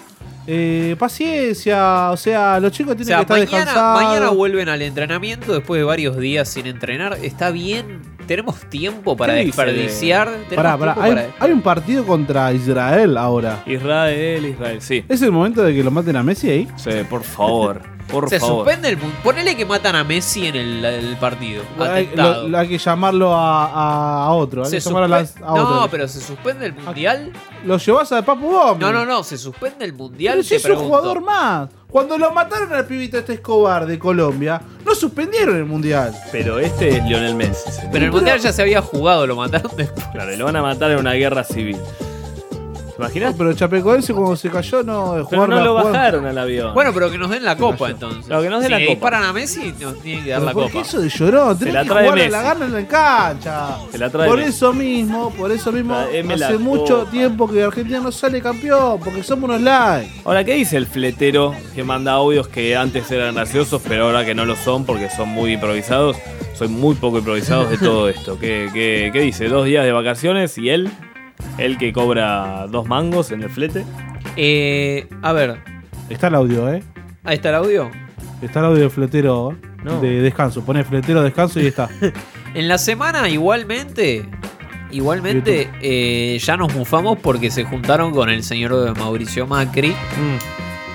[SPEAKER 14] Eh, paciencia, o sea, los chicos
[SPEAKER 15] O
[SPEAKER 14] tienen
[SPEAKER 15] sea,
[SPEAKER 14] que estar
[SPEAKER 15] mañana,
[SPEAKER 14] descansados.
[SPEAKER 15] mañana vuelven al entrenamiento después de varios días sin entrenar. Está bien, tenemos tiempo para
[SPEAKER 14] ¿Qué dice?
[SPEAKER 15] desperdiciar. Tenemos
[SPEAKER 14] Pará, pará,
[SPEAKER 15] tiempo
[SPEAKER 14] hay,
[SPEAKER 15] para-
[SPEAKER 14] hay un partido contra Israel ahora.
[SPEAKER 16] Israel, Israel, sí.
[SPEAKER 14] ¿Es el momento de que lo maten a Messi ahí?
[SPEAKER 16] Sí, por favor. Por
[SPEAKER 15] Se
[SPEAKER 14] favor.
[SPEAKER 15] suspende el punto. Ponele que matan a Messi en el, el partido.
[SPEAKER 14] Hay,
[SPEAKER 15] Atentado.
[SPEAKER 14] lo- lo- hay que llamarlo a, a- a otro. Hay
[SPEAKER 15] Se
[SPEAKER 14] que llamar a, las-
[SPEAKER 15] suspe-
[SPEAKER 14] a otro.
[SPEAKER 15] No, pero se suspende el mundial.
[SPEAKER 14] Lo llevas a Papu Gómez.
[SPEAKER 15] No, no, no, se suspende el mundial.
[SPEAKER 14] Pero si
[SPEAKER 15] te
[SPEAKER 14] es un
[SPEAKER 15] pregunto.
[SPEAKER 14] jugador más. Cuando lo mataron al pibito este Escobar de Colombia, no suspendieron el mundial.
[SPEAKER 16] Pero este es Lionel Messi. señor.
[SPEAKER 15] Pero el mundial ya se había jugado, lo mataron después.
[SPEAKER 16] Claro, y lo van a matar en una guerra civil. ¿Te imaginas?
[SPEAKER 14] Pero Chapecoense cuando se cayó no eh,
[SPEAKER 16] Pero
[SPEAKER 14] jugaron
[SPEAKER 16] no
[SPEAKER 14] a
[SPEAKER 16] lo
[SPEAKER 14] jugar-
[SPEAKER 16] bajaron al avión.
[SPEAKER 15] Bueno, pero que nos den la copa entonces.
[SPEAKER 16] Claro, que nos den
[SPEAKER 15] si
[SPEAKER 16] la
[SPEAKER 15] le
[SPEAKER 16] copa.
[SPEAKER 15] disparan a Messi, nos tienen que dar
[SPEAKER 14] Pero
[SPEAKER 15] la
[SPEAKER 14] ¿por
[SPEAKER 15] copa.
[SPEAKER 14] qué eso de llorón? Tenés
[SPEAKER 16] la
[SPEAKER 14] que
[SPEAKER 16] trae
[SPEAKER 14] jugar a
[SPEAKER 16] Messi.
[SPEAKER 14] la gana en la cancha.
[SPEAKER 16] Se la trae
[SPEAKER 14] por
[SPEAKER 16] Messi.
[SPEAKER 14] eso mismo, por eso mismo,
[SPEAKER 16] Traeme la
[SPEAKER 14] hace mucho
[SPEAKER 16] copa.
[SPEAKER 14] tiempo que Argentina no sale campeón, porque somos unos likes.
[SPEAKER 16] Ahora, ¿qué dice el fletero que manda audios que antes eran graciosos, pero ahora que no lo son porque son muy improvisados? Soy muy poco improvisados de todo esto. ¿Qué, qué, qué dice? ¿Dos días de vacaciones y él? ¿El que cobra dos mangos en el flete?
[SPEAKER 15] Eh, a ver,
[SPEAKER 14] Está el audio, ¿eh?
[SPEAKER 15] ahí está el audio.
[SPEAKER 14] Está el audio del fletero
[SPEAKER 15] No.
[SPEAKER 14] de descanso. Poné fletero descanso y está.
[SPEAKER 15] En la semana igualmente, igualmente eh, ya nos mufamos porque se juntaron con el señor Mauricio Macri,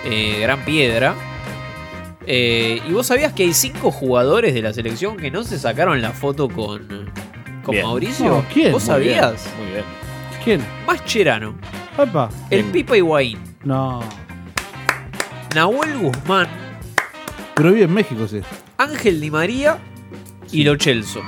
[SPEAKER 15] eh, Gran Piedra. Eh, y vos sabías que hay cinco jugadores de la selección que no se sacaron la foto con, con
[SPEAKER 16] Bien.
[SPEAKER 15] Mauricio.
[SPEAKER 14] No, ¿quién?
[SPEAKER 15] ¿Vos
[SPEAKER 16] Muy bien,
[SPEAKER 15] sabías?
[SPEAKER 16] Muy bien.
[SPEAKER 14] ¿Quién?
[SPEAKER 15] Mascherano,
[SPEAKER 14] Epa.
[SPEAKER 15] el Pipa Higuaín,
[SPEAKER 14] No.
[SPEAKER 15] Nahuel Guzmán,
[SPEAKER 14] Pero vive en México, sí.
[SPEAKER 15] Ángel Di María y Lo Celso.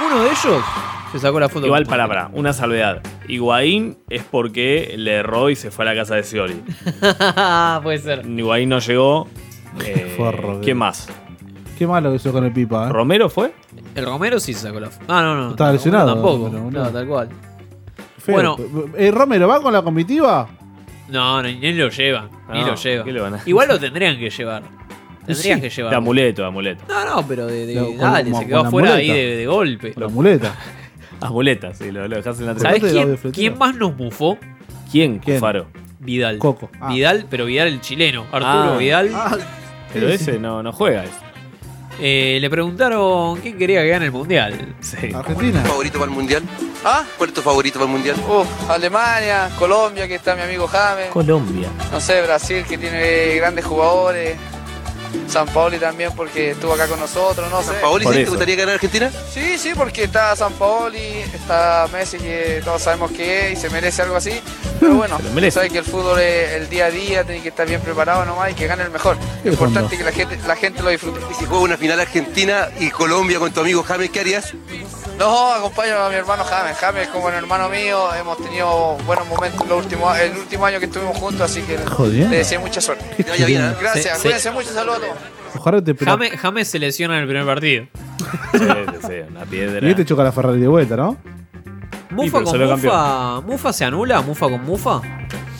[SPEAKER 15] Ninguno de ellos se sacó la foto
[SPEAKER 16] Igual,
[SPEAKER 15] con
[SPEAKER 16] para, para, una salvedad. Higuaín es porque le erró y se fue a la casa de Scioli.
[SPEAKER 15] Puede ser.
[SPEAKER 16] Higuaín no llegó. Eh,
[SPEAKER 14] forro que-
[SPEAKER 16] ¿Quién más?
[SPEAKER 14] Qué malo que hizo con el pipa, ¿eh?
[SPEAKER 16] ¿Romero fue?
[SPEAKER 15] El Romero sí se sacó la foto. Ah, no, no.
[SPEAKER 14] Estaba
[SPEAKER 15] no,
[SPEAKER 14] lesionado,
[SPEAKER 15] Tampoco.
[SPEAKER 14] Romero,
[SPEAKER 15] no,
[SPEAKER 14] boludo.
[SPEAKER 15] tal cual.
[SPEAKER 14] Feo.
[SPEAKER 15] Bueno.
[SPEAKER 14] Eh, Romero, ¿va con la comitiva?
[SPEAKER 15] No, no, ni lo lleva. ni
[SPEAKER 16] No,
[SPEAKER 15] lo lleva.
[SPEAKER 16] Ah, ¿qué le van a-
[SPEAKER 15] Igual lo tendrían que llevar. Tendrían
[SPEAKER 16] Sí,
[SPEAKER 15] que
[SPEAKER 16] De
[SPEAKER 15] llevar.
[SPEAKER 16] amuleto, de amuleto.
[SPEAKER 15] No, no, pero de, de-
[SPEAKER 16] No, con-
[SPEAKER 15] dale,
[SPEAKER 16] como-
[SPEAKER 15] se quedó
[SPEAKER 16] con la
[SPEAKER 15] afuera ahí
[SPEAKER 16] muleta.
[SPEAKER 15] de, de golpe.
[SPEAKER 14] La muleta.
[SPEAKER 16] Amuletas, sí, lo, lo dejás en la
[SPEAKER 15] ¿Sabés
[SPEAKER 16] tele.
[SPEAKER 15] quién, quién más nos bufó?
[SPEAKER 16] ¿Quién? Cufaro.
[SPEAKER 15] Vidal.
[SPEAKER 14] Coco.
[SPEAKER 15] Vidal, pero Vidal el chileno. Arturo
[SPEAKER 16] Ah.
[SPEAKER 15] Vidal.
[SPEAKER 16] Pero ese no, no juega. ese.
[SPEAKER 15] Eh, le preguntaron quién quería que gane el mundial.
[SPEAKER 14] Argentina.
[SPEAKER 21] favorito para el mundial? ¿Ah? ¿Cuál es tu favorito para el mundial?
[SPEAKER 18] Uf, Alemania, Colombia, que está mi amigo James.
[SPEAKER 16] Colombia.
[SPEAKER 18] No sé, Brasil, que tiene grandes jugadores. San Paoli también, porque estuvo acá con nosotros, no sé.
[SPEAKER 21] ¿San Paoli
[SPEAKER 18] Por
[SPEAKER 21] sí te
[SPEAKER 18] eso.
[SPEAKER 21] gustaría ganar Argentina?
[SPEAKER 18] Sí, sí, porque está San Paoli, está Messi, que todos sabemos que es y se merece algo así. Pero bueno,
[SPEAKER 21] Se lo merece.
[SPEAKER 18] sabes que el fútbol es el día a día, tiene que estar bien preparado nomás y que gane el mejor.
[SPEAKER 21] Qué
[SPEAKER 18] Lo importante
[SPEAKER 21] fondo.
[SPEAKER 18] es que la gente, la gente lo disfrute.
[SPEAKER 21] Y si juega una final Argentina y Colombia con tu amigo James, ¿qué harías?
[SPEAKER 18] No, acompaño a mi hermano James. James es como un hermano mío. Hemos tenido buenos momentos los últimos- el último año que estuvimos juntos, así que
[SPEAKER 14] Jodiendo.
[SPEAKER 18] le deseo mucha suerte.
[SPEAKER 14] Qué Que vaya bien, ¿eh?
[SPEAKER 18] Gracias,
[SPEAKER 15] Se-
[SPEAKER 18] cuídense
[SPEAKER 15] se-
[SPEAKER 18] mucho, saludos a todos.
[SPEAKER 14] Ojalá te pero-
[SPEAKER 15] James, James se lesiona en el primer partido.
[SPEAKER 16] una piedra.
[SPEAKER 14] Y te choca la Ferrari de vuelta, ¿no?
[SPEAKER 15] Mufa
[SPEAKER 16] pero
[SPEAKER 15] con
[SPEAKER 16] salió
[SPEAKER 15] Mufa. ¿Mufa se anula? ¿Mufa con Mufa?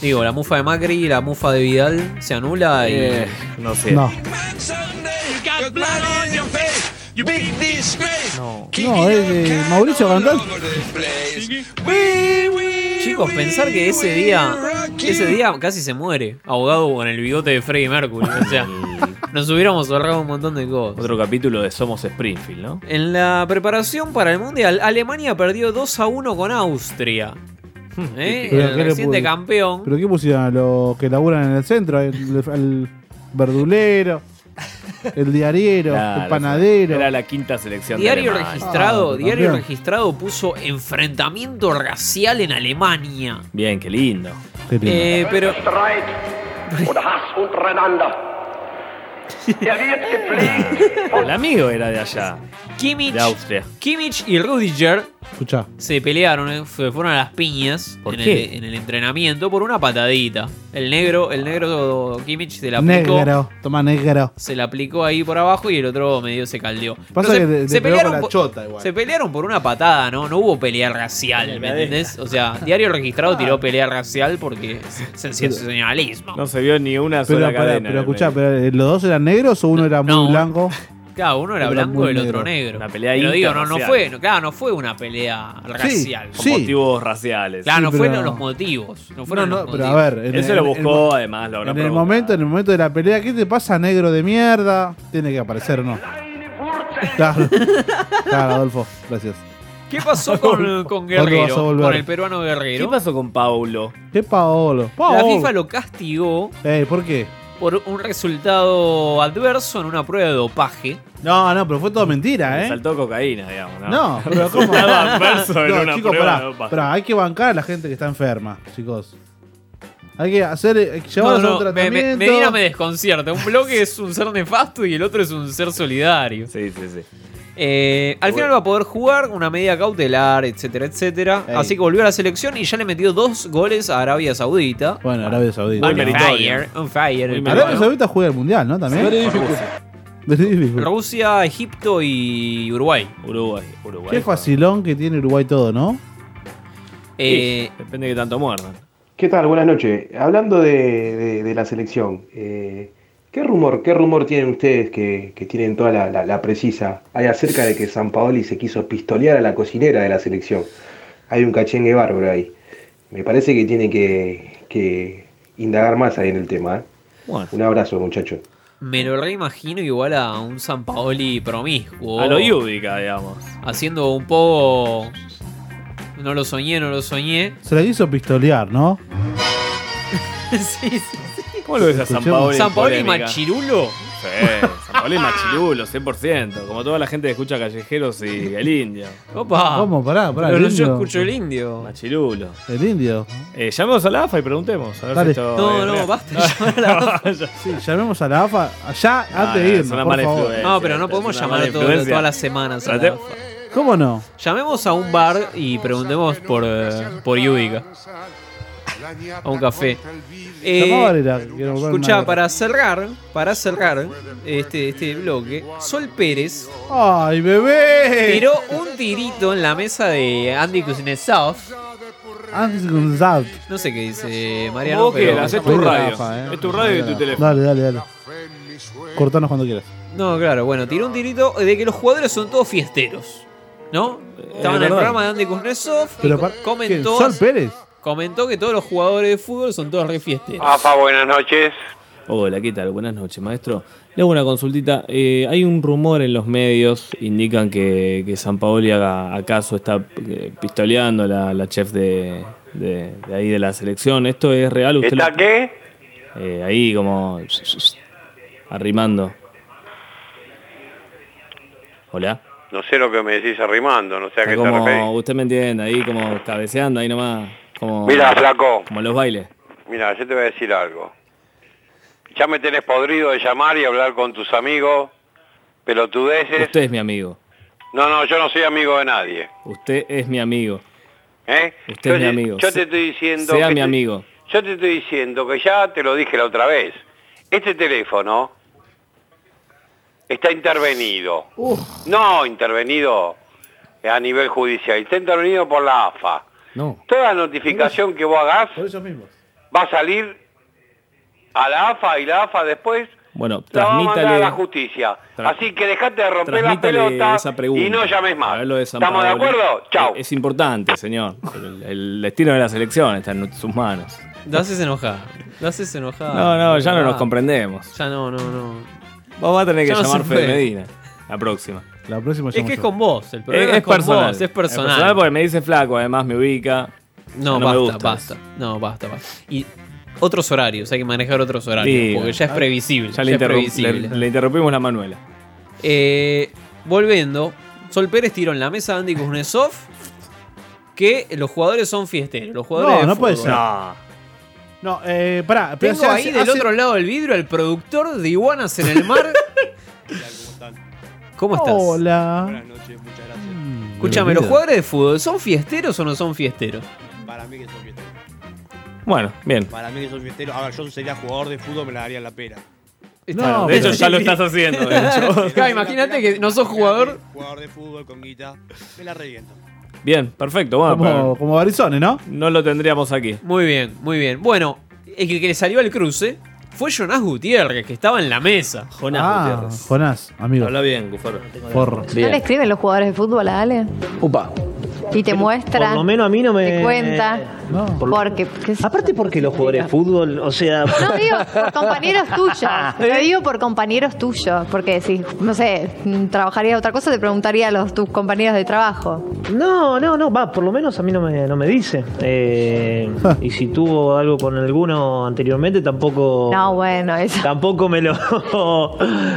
[SPEAKER 15] Digo, la mufa de Macri y la mufa de Vidal se anula y.
[SPEAKER 16] Eh, no sé.
[SPEAKER 14] No. No, es de Mauricio Gandalf.
[SPEAKER 15] Chicos, pensar que ese día. Ese día casi se muere, ahogado con el bigote de Freddie Mercury. O sea, nos hubiéramos ahorrado un montón de cosas.
[SPEAKER 16] Otro capítulo de Somos Springfield, ¿no?
[SPEAKER 15] En la preparación para el Mundial, Alemania perdió 2 a 1 con Austria. ¿Eh?
[SPEAKER 14] Pero, ¿qué
[SPEAKER 15] El
[SPEAKER 14] le
[SPEAKER 15] reciente
[SPEAKER 14] pude-
[SPEAKER 15] campeón.
[SPEAKER 14] ¿Pero qué pusieron? ¿A los que laburan en el centro? El, el verdulero, el diariero,
[SPEAKER 16] Claro,
[SPEAKER 14] el panadero.
[SPEAKER 16] Era la quinta selección
[SPEAKER 15] Diario
[SPEAKER 16] de Alemania.
[SPEAKER 15] registrado,
[SPEAKER 14] Ah,
[SPEAKER 15] diario
[SPEAKER 14] campeón.
[SPEAKER 15] registrado puso enfrentamiento racial en Alemania.
[SPEAKER 16] Bien, qué lindo.
[SPEAKER 15] Eh, pero
[SPEAKER 16] El amigo era de allá,
[SPEAKER 15] Kimmich,
[SPEAKER 16] de Austria.
[SPEAKER 15] Kimmich y Rudiger
[SPEAKER 14] Escucha.
[SPEAKER 15] se pelearon, eh, se fueron a las piñas en,
[SPEAKER 16] qué?
[SPEAKER 15] El, en el entrenamiento por una patadita. El negro, el negro Kimmich se la aplicó.
[SPEAKER 14] Negro, toma negro.
[SPEAKER 15] Se la aplicó ahí por abajo y el otro medio se caldeó.
[SPEAKER 14] Pasa
[SPEAKER 15] Pero
[SPEAKER 14] que
[SPEAKER 15] se,
[SPEAKER 14] te- te
[SPEAKER 15] se
[SPEAKER 14] pegó
[SPEAKER 15] pelearon
[SPEAKER 14] con la
[SPEAKER 15] por,
[SPEAKER 14] chota igual.
[SPEAKER 15] se pelearon por una patada, ¿no? No hubo pelea racial, ¿me entendés? O sea, Diario Registrado tiró pelea racial porque se- sensacionalismo.
[SPEAKER 16] No se vio ni una
[SPEAKER 14] Pero,
[SPEAKER 16] sola
[SPEAKER 14] pará,
[SPEAKER 16] cadena.
[SPEAKER 15] en
[SPEAKER 14] pero
[SPEAKER 15] el
[SPEAKER 14] escuchá, pero, eh, ¿los dos eran negros o uno era muy blanco?
[SPEAKER 15] Claro, uno era
[SPEAKER 16] Pero
[SPEAKER 15] blanco
[SPEAKER 16] muy
[SPEAKER 15] y el
[SPEAKER 16] negro.
[SPEAKER 15] otro negro.
[SPEAKER 16] Una pelea
[SPEAKER 15] Pero digo, no, no
[SPEAKER 16] interracial.
[SPEAKER 15] fue, no- claro, no fue una pelea racial.
[SPEAKER 16] Con motivos raciales.
[SPEAKER 15] Claro, no
[SPEAKER 16] Sí,
[SPEAKER 15] fueron
[SPEAKER 16] pero-
[SPEAKER 15] los motivos. No fueron los
[SPEAKER 16] pero
[SPEAKER 15] motivos.
[SPEAKER 16] a ver, en- Eso lo buscó, además, lo habrá
[SPEAKER 14] En el
[SPEAKER 16] provocado.
[SPEAKER 14] momento, en el momento de la pelea, ¿qué te pasa, negro de mierda? Tiene que aparecer, ¿no? Claro, Claro, Adolfo, gracias.
[SPEAKER 15] ¿Qué pasó con, con
[SPEAKER 14] ¿Cuándo vas a
[SPEAKER 15] Guerrero?
[SPEAKER 14] volver?
[SPEAKER 15] Con el peruano Guerrero.
[SPEAKER 16] ¿Qué pasó con Paulo?
[SPEAKER 14] ¿Qué Paolo?
[SPEAKER 15] La
[SPEAKER 14] Paolo.
[SPEAKER 15] FIFA lo castigó
[SPEAKER 14] Ey, ¿por qué?
[SPEAKER 15] por un resultado adverso en una prueba de dopaje.
[SPEAKER 14] No, no, pero fue todo mentira, ¿eh?
[SPEAKER 16] Saltó cocaína, digamos.
[SPEAKER 14] No, pero ¿cómo?
[SPEAKER 16] Estaba adverso en
[SPEAKER 14] No,
[SPEAKER 16] una
[SPEAKER 14] chicos,
[SPEAKER 16] prueba
[SPEAKER 14] pará,
[SPEAKER 16] de dopaje.
[SPEAKER 14] pará, hay que bancar a la gente que está enferma, chicos. Hay que hacer, hay que llevarlos
[SPEAKER 15] No,
[SPEAKER 14] a un
[SPEAKER 15] no, me, me,
[SPEAKER 14] tratamiento.
[SPEAKER 15] Medina me desconcierta. Un bloque es un ser nefasto y el otro es un ser solidario. Eh,
[SPEAKER 16] Sí, sí, sí.
[SPEAKER 15] al final va a poder jugar una medida cautelar, etcétera, etcétera.
[SPEAKER 14] Ey.
[SPEAKER 15] Así que volvió a la selección y ya le metió dos goles a Arabia Saudita.
[SPEAKER 14] Bueno, Arabia Saudita.
[SPEAKER 15] On
[SPEAKER 14] meritorio.
[SPEAKER 15] fire, on fire. el
[SPEAKER 14] Arabia
[SPEAKER 15] peruano.
[SPEAKER 14] Saudita juega el mundial, ¿no? También.
[SPEAKER 15] Sí, very difficult.
[SPEAKER 14] Very difficult.
[SPEAKER 15] Rusia, Egipto y Uruguay.
[SPEAKER 16] Uruguay, Uruguay.
[SPEAKER 14] Qué facilón que tiene Uruguay todo, ¿no?
[SPEAKER 15] Eh,
[SPEAKER 16] depende de qué tanto muerdan.
[SPEAKER 12] ¿Qué tal? Buenas noches. Hablando de, de- de la selección, eh, ¿qué rumor, qué rumor tienen ustedes que, que tienen toda la, la- la precisa? Hay acerca de que San Paoli se quiso pistolear a la cocinera de la selección. Hay un cachengue bárbaro ahí. Me parece que tienen que, que indagar más ahí en el tema. ¿eh?
[SPEAKER 16] Bueno.
[SPEAKER 12] Un abrazo, muchachos.
[SPEAKER 15] Me lo reimagino igual a un San Paoli promiscuo.
[SPEAKER 16] A lo Yudica, digamos.
[SPEAKER 15] Haciendo un poco. No lo soñé, no lo soñé.
[SPEAKER 14] Se la quiso pistolear, ¿no?
[SPEAKER 15] sí, sí, sí.
[SPEAKER 16] ¿Cómo lo ves a San Paoli?
[SPEAKER 15] San Paoli
[SPEAKER 16] Polémica.
[SPEAKER 15] Machirulo.
[SPEAKER 16] Sí, San Paoli machirulo, 100%. Como toda la gente que escucha Callejeros y el Indio.
[SPEAKER 15] Opa.
[SPEAKER 14] ¿Cómo? Pará, pará.
[SPEAKER 15] Pero
[SPEAKER 14] el
[SPEAKER 15] yo
[SPEAKER 14] indio.
[SPEAKER 15] escucho el indio.
[SPEAKER 16] Machirulo.
[SPEAKER 14] El indio.
[SPEAKER 16] Eh, llamemos a la AFA y preguntemos. A ver
[SPEAKER 14] Dale.
[SPEAKER 16] si esto
[SPEAKER 15] No,
[SPEAKER 16] es
[SPEAKER 15] no,
[SPEAKER 16] real.
[SPEAKER 15] basta. llamar a la-
[SPEAKER 14] Sí, llamemos a la AFA allá antes de
[SPEAKER 16] Ah, no,
[SPEAKER 14] irnos,
[SPEAKER 16] es una
[SPEAKER 14] por
[SPEAKER 16] mala
[SPEAKER 14] favor.
[SPEAKER 16] influencia.
[SPEAKER 15] No, pero no podemos
[SPEAKER 16] Es una
[SPEAKER 15] llamar
[SPEAKER 16] mala
[SPEAKER 15] todo-
[SPEAKER 16] influencia.
[SPEAKER 15] todas las semanas. a la
[SPEAKER 16] Trate-
[SPEAKER 15] AFA.
[SPEAKER 14] ¿Cómo no?
[SPEAKER 15] Llamemos a un bar y preguntemos por, eh, por Yudica. A un café.
[SPEAKER 14] Llamá a
[SPEAKER 15] Eh,
[SPEAKER 14] Varela, que quiero comprar
[SPEAKER 15] escucha,
[SPEAKER 14] una-
[SPEAKER 15] para cerrar, para cerrar este, este bloque, Sol Pérez
[SPEAKER 14] ¡Ay, bebé!
[SPEAKER 15] tiró un tirito en la mesa de Andy Kuznetsov.
[SPEAKER 14] Antes con Zap.
[SPEAKER 15] No sé qué dice Mariano.
[SPEAKER 16] Vos que
[SPEAKER 15] pero-
[SPEAKER 16] la haces tu radio.
[SPEAKER 15] ¿eh?
[SPEAKER 16] Es tu radio y tu teléfono.
[SPEAKER 14] eh. Dale, dale, dale. Cortanos cuando quieras.
[SPEAKER 15] No, claro, bueno, tiró un tirito de que los jugadores son todos fiesteros. ¿No? Estaban en el
[SPEAKER 14] verdad.
[SPEAKER 15] programa de Andy Kuznetsov y
[SPEAKER 14] Pero pa- ¿Quién?
[SPEAKER 15] comentó,
[SPEAKER 14] ¿Sol Pérez?
[SPEAKER 15] comentó que todos los jugadores de fútbol son todos re fiesteros.
[SPEAKER 16] AFA, buenas noches. Hola, ¿qué tal? Buenas noches, maestro. Le hago una consultita. Eh, hay un rumor en los medios, indican que, que San Paoli haga- acaso está eh, pistoleando la, la chef de, de- de ahí de la selección. ¿Esto es real? ¿Usted
[SPEAKER 4] ¿Está
[SPEAKER 16] lo-
[SPEAKER 4] qué?
[SPEAKER 16] Eh, ahí como arrimando. Hola.
[SPEAKER 4] No sé lo que me decís arrimando, no sé a qué
[SPEAKER 16] Está
[SPEAKER 4] te referís.
[SPEAKER 16] como, usted me entiende, ahí como cabeceando, ahí nomás. Como,
[SPEAKER 4] Mira, flaco.
[SPEAKER 16] Como los bailes.
[SPEAKER 4] Mira, yo te voy a decir algo. Ya me tenés podrido de llamar y hablar con tus amigos, pelotudeces.
[SPEAKER 16] Usted es mi amigo.
[SPEAKER 4] No, no, yo no soy amigo de nadie.
[SPEAKER 16] Usted es mi amigo.
[SPEAKER 4] ¿eh?
[SPEAKER 16] Usted es mi
[SPEAKER 4] Yo-
[SPEAKER 16] amigo.
[SPEAKER 4] Yo te
[SPEAKER 16] Se-
[SPEAKER 4] estoy diciendo...
[SPEAKER 16] Sea
[SPEAKER 4] que
[SPEAKER 16] mi
[SPEAKER 4] te-
[SPEAKER 16] amigo.
[SPEAKER 4] Yo te estoy diciendo que ya te lo dije la otra vez. Este teléfono está intervenido. No intervenido a nivel judicial, está intervenido por la AFA.
[SPEAKER 16] No.
[SPEAKER 4] Toda notificación que vos hagas va a salir a la AFA y la AFA después
[SPEAKER 16] Bueno,
[SPEAKER 4] la va a mandar a la
[SPEAKER 16] transmítale,
[SPEAKER 4] justicia.
[SPEAKER 16] Tra-
[SPEAKER 4] Así que dejate de romper la
[SPEAKER 16] transmítale
[SPEAKER 4] pelota
[SPEAKER 16] esa pregunta.
[SPEAKER 4] y no llames
[SPEAKER 16] A
[SPEAKER 4] más.
[SPEAKER 16] ver lo de San
[SPEAKER 4] ¿Estamos de
[SPEAKER 16] Paoli. Eh,
[SPEAKER 4] acuerdo? Chau.
[SPEAKER 16] Es, es importante, señor. El, el destino de la selección está en sus manos.
[SPEAKER 15] Lo haces enojar. Lo haces enojar.
[SPEAKER 16] No, no, ya no
[SPEAKER 15] Ah,
[SPEAKER 16] nos comprendemos.
[SPEAKER 15] Ya no, no, no.
[SPEAKER 16] Vamos a tener que
[SPEAKER 15] Ya no se
[SPEAKER 16] llamar Fede
[SPEAKER 15] puede.
[SPEAKER 16] Medina. La próxima. Eh,
[SPEAKER 14] La próxima
[SPEAKER 15] Es que es con vos. El problema es, con vos. Es personal.
[SPEAKER 16] porque me dice flaco, además me ubica.
[SPEAKER 15] No,
[SPEAKER 16] me
[SPEAKER 15] basta,
[SPEAKER 16] gusta
[SPEAKER 15] basta. No, basta, basta. Y otros horarios. Hay que manejar otros horarios.
[SPEAKER 16] Digo.
[SPEAKER 15] porque ya es previsible.
[SPEAKER 16] ah, Ya, le,
[SPEAKER 15] ya es
[SPEAKER 16] interrum-
[SPEAKER 15] previsible.
[SPEAKER 16] le- le interrumpimos la Manuela.
[SPEAKER 15] Eh, volviendo, Sol Pérez tiró en la mesa a Andy Kuznetsov que los jugadores son fiesteros. Los jugadores
[SPEAKER 14] No,
[SPEAKER 15] de
[SPEAKER 14] no
[SPEAKER 15] fútbol.
[SPEAKER 14] puede ser. No, eh, pará. pero
[SPEAKER 15] Tengo
[SPEAKER 14] hace-
[SPEAKER 15] ahí del
[SPEAKER 14] hace-
[SPEAKER 15] otro lado del vidrio al productor de Iguanas en el Mar. ¿Cómo estás?
[SPEAKER 14] Hola.
[SPEAKER 15] Escúchame, ¿los jugadores de fútbol son fiesteros o no son fiesteros?
[SPEAKER 29] Para mí que son fiesteros.
[SPEAKER 16] Bueno, bien.
[SPEAKER 29] Para mí que son fiesteros. A ver, yo sería jugador de fútbol, me la daría la pera.
[SPEAKER 16] Bueno, de hecho, ya lo estás haciendo. de hecho.
[SPEAKER 15] Claro, imagínate que no sos jugador.
[SPEAKER 29] Jugador de fútbol con guita, me la reviento.
[SPEAKER 16] Bien, perfecto. Bueno,
[SPEAKER 15] Como-
[SPEAKER 16] como ¿no? No lo tendríamos aquí.
[SPEAKER 15] Muy bien, muy bien. Bueno, el que, que le salió al cruce Fue Jonás Gutiérrez, que estaba en la mesa.
[SPEAKER 16] Jonás
[SPEAKER 14] Ah, Jonás, amigo.
[SPEAKER 16] Habla bien, Cufaro.
[SPEAKER 14] Forro.
[SPEAKER 30] ¿No le escriben los jugadores de fútbol a Ale?
[SPEAKER 7] Upa.
[SPEAKER 30] Y te muestra.
[SPEAKER 7] Por lo menos eh, a mí no me.
[SPEAKER 30] Te cuenta.
[SPEAKER 7] Por lo-
[SPEAKER 30] Porque.
[SPEAKER 7] Aparte, porque los jugadores de fútbol, o sea.
[SPEAKER 30] No digo por compañeros tuyos. Lo digo por compañeros tuyos. Porque si, no sé, mm, trabajaría otra cosa, te preguntaría a los, tus compañeros de trabajo.
[SPEAKER 7] No, no, no, va, por lo menos a mí no me, no me dice. Eh, y si tuvo algo con alguno anteriormente, tampoco.
[SPEAKER 30] No, bueno, eso.
[SPEAKER 7] Tampoco me lo,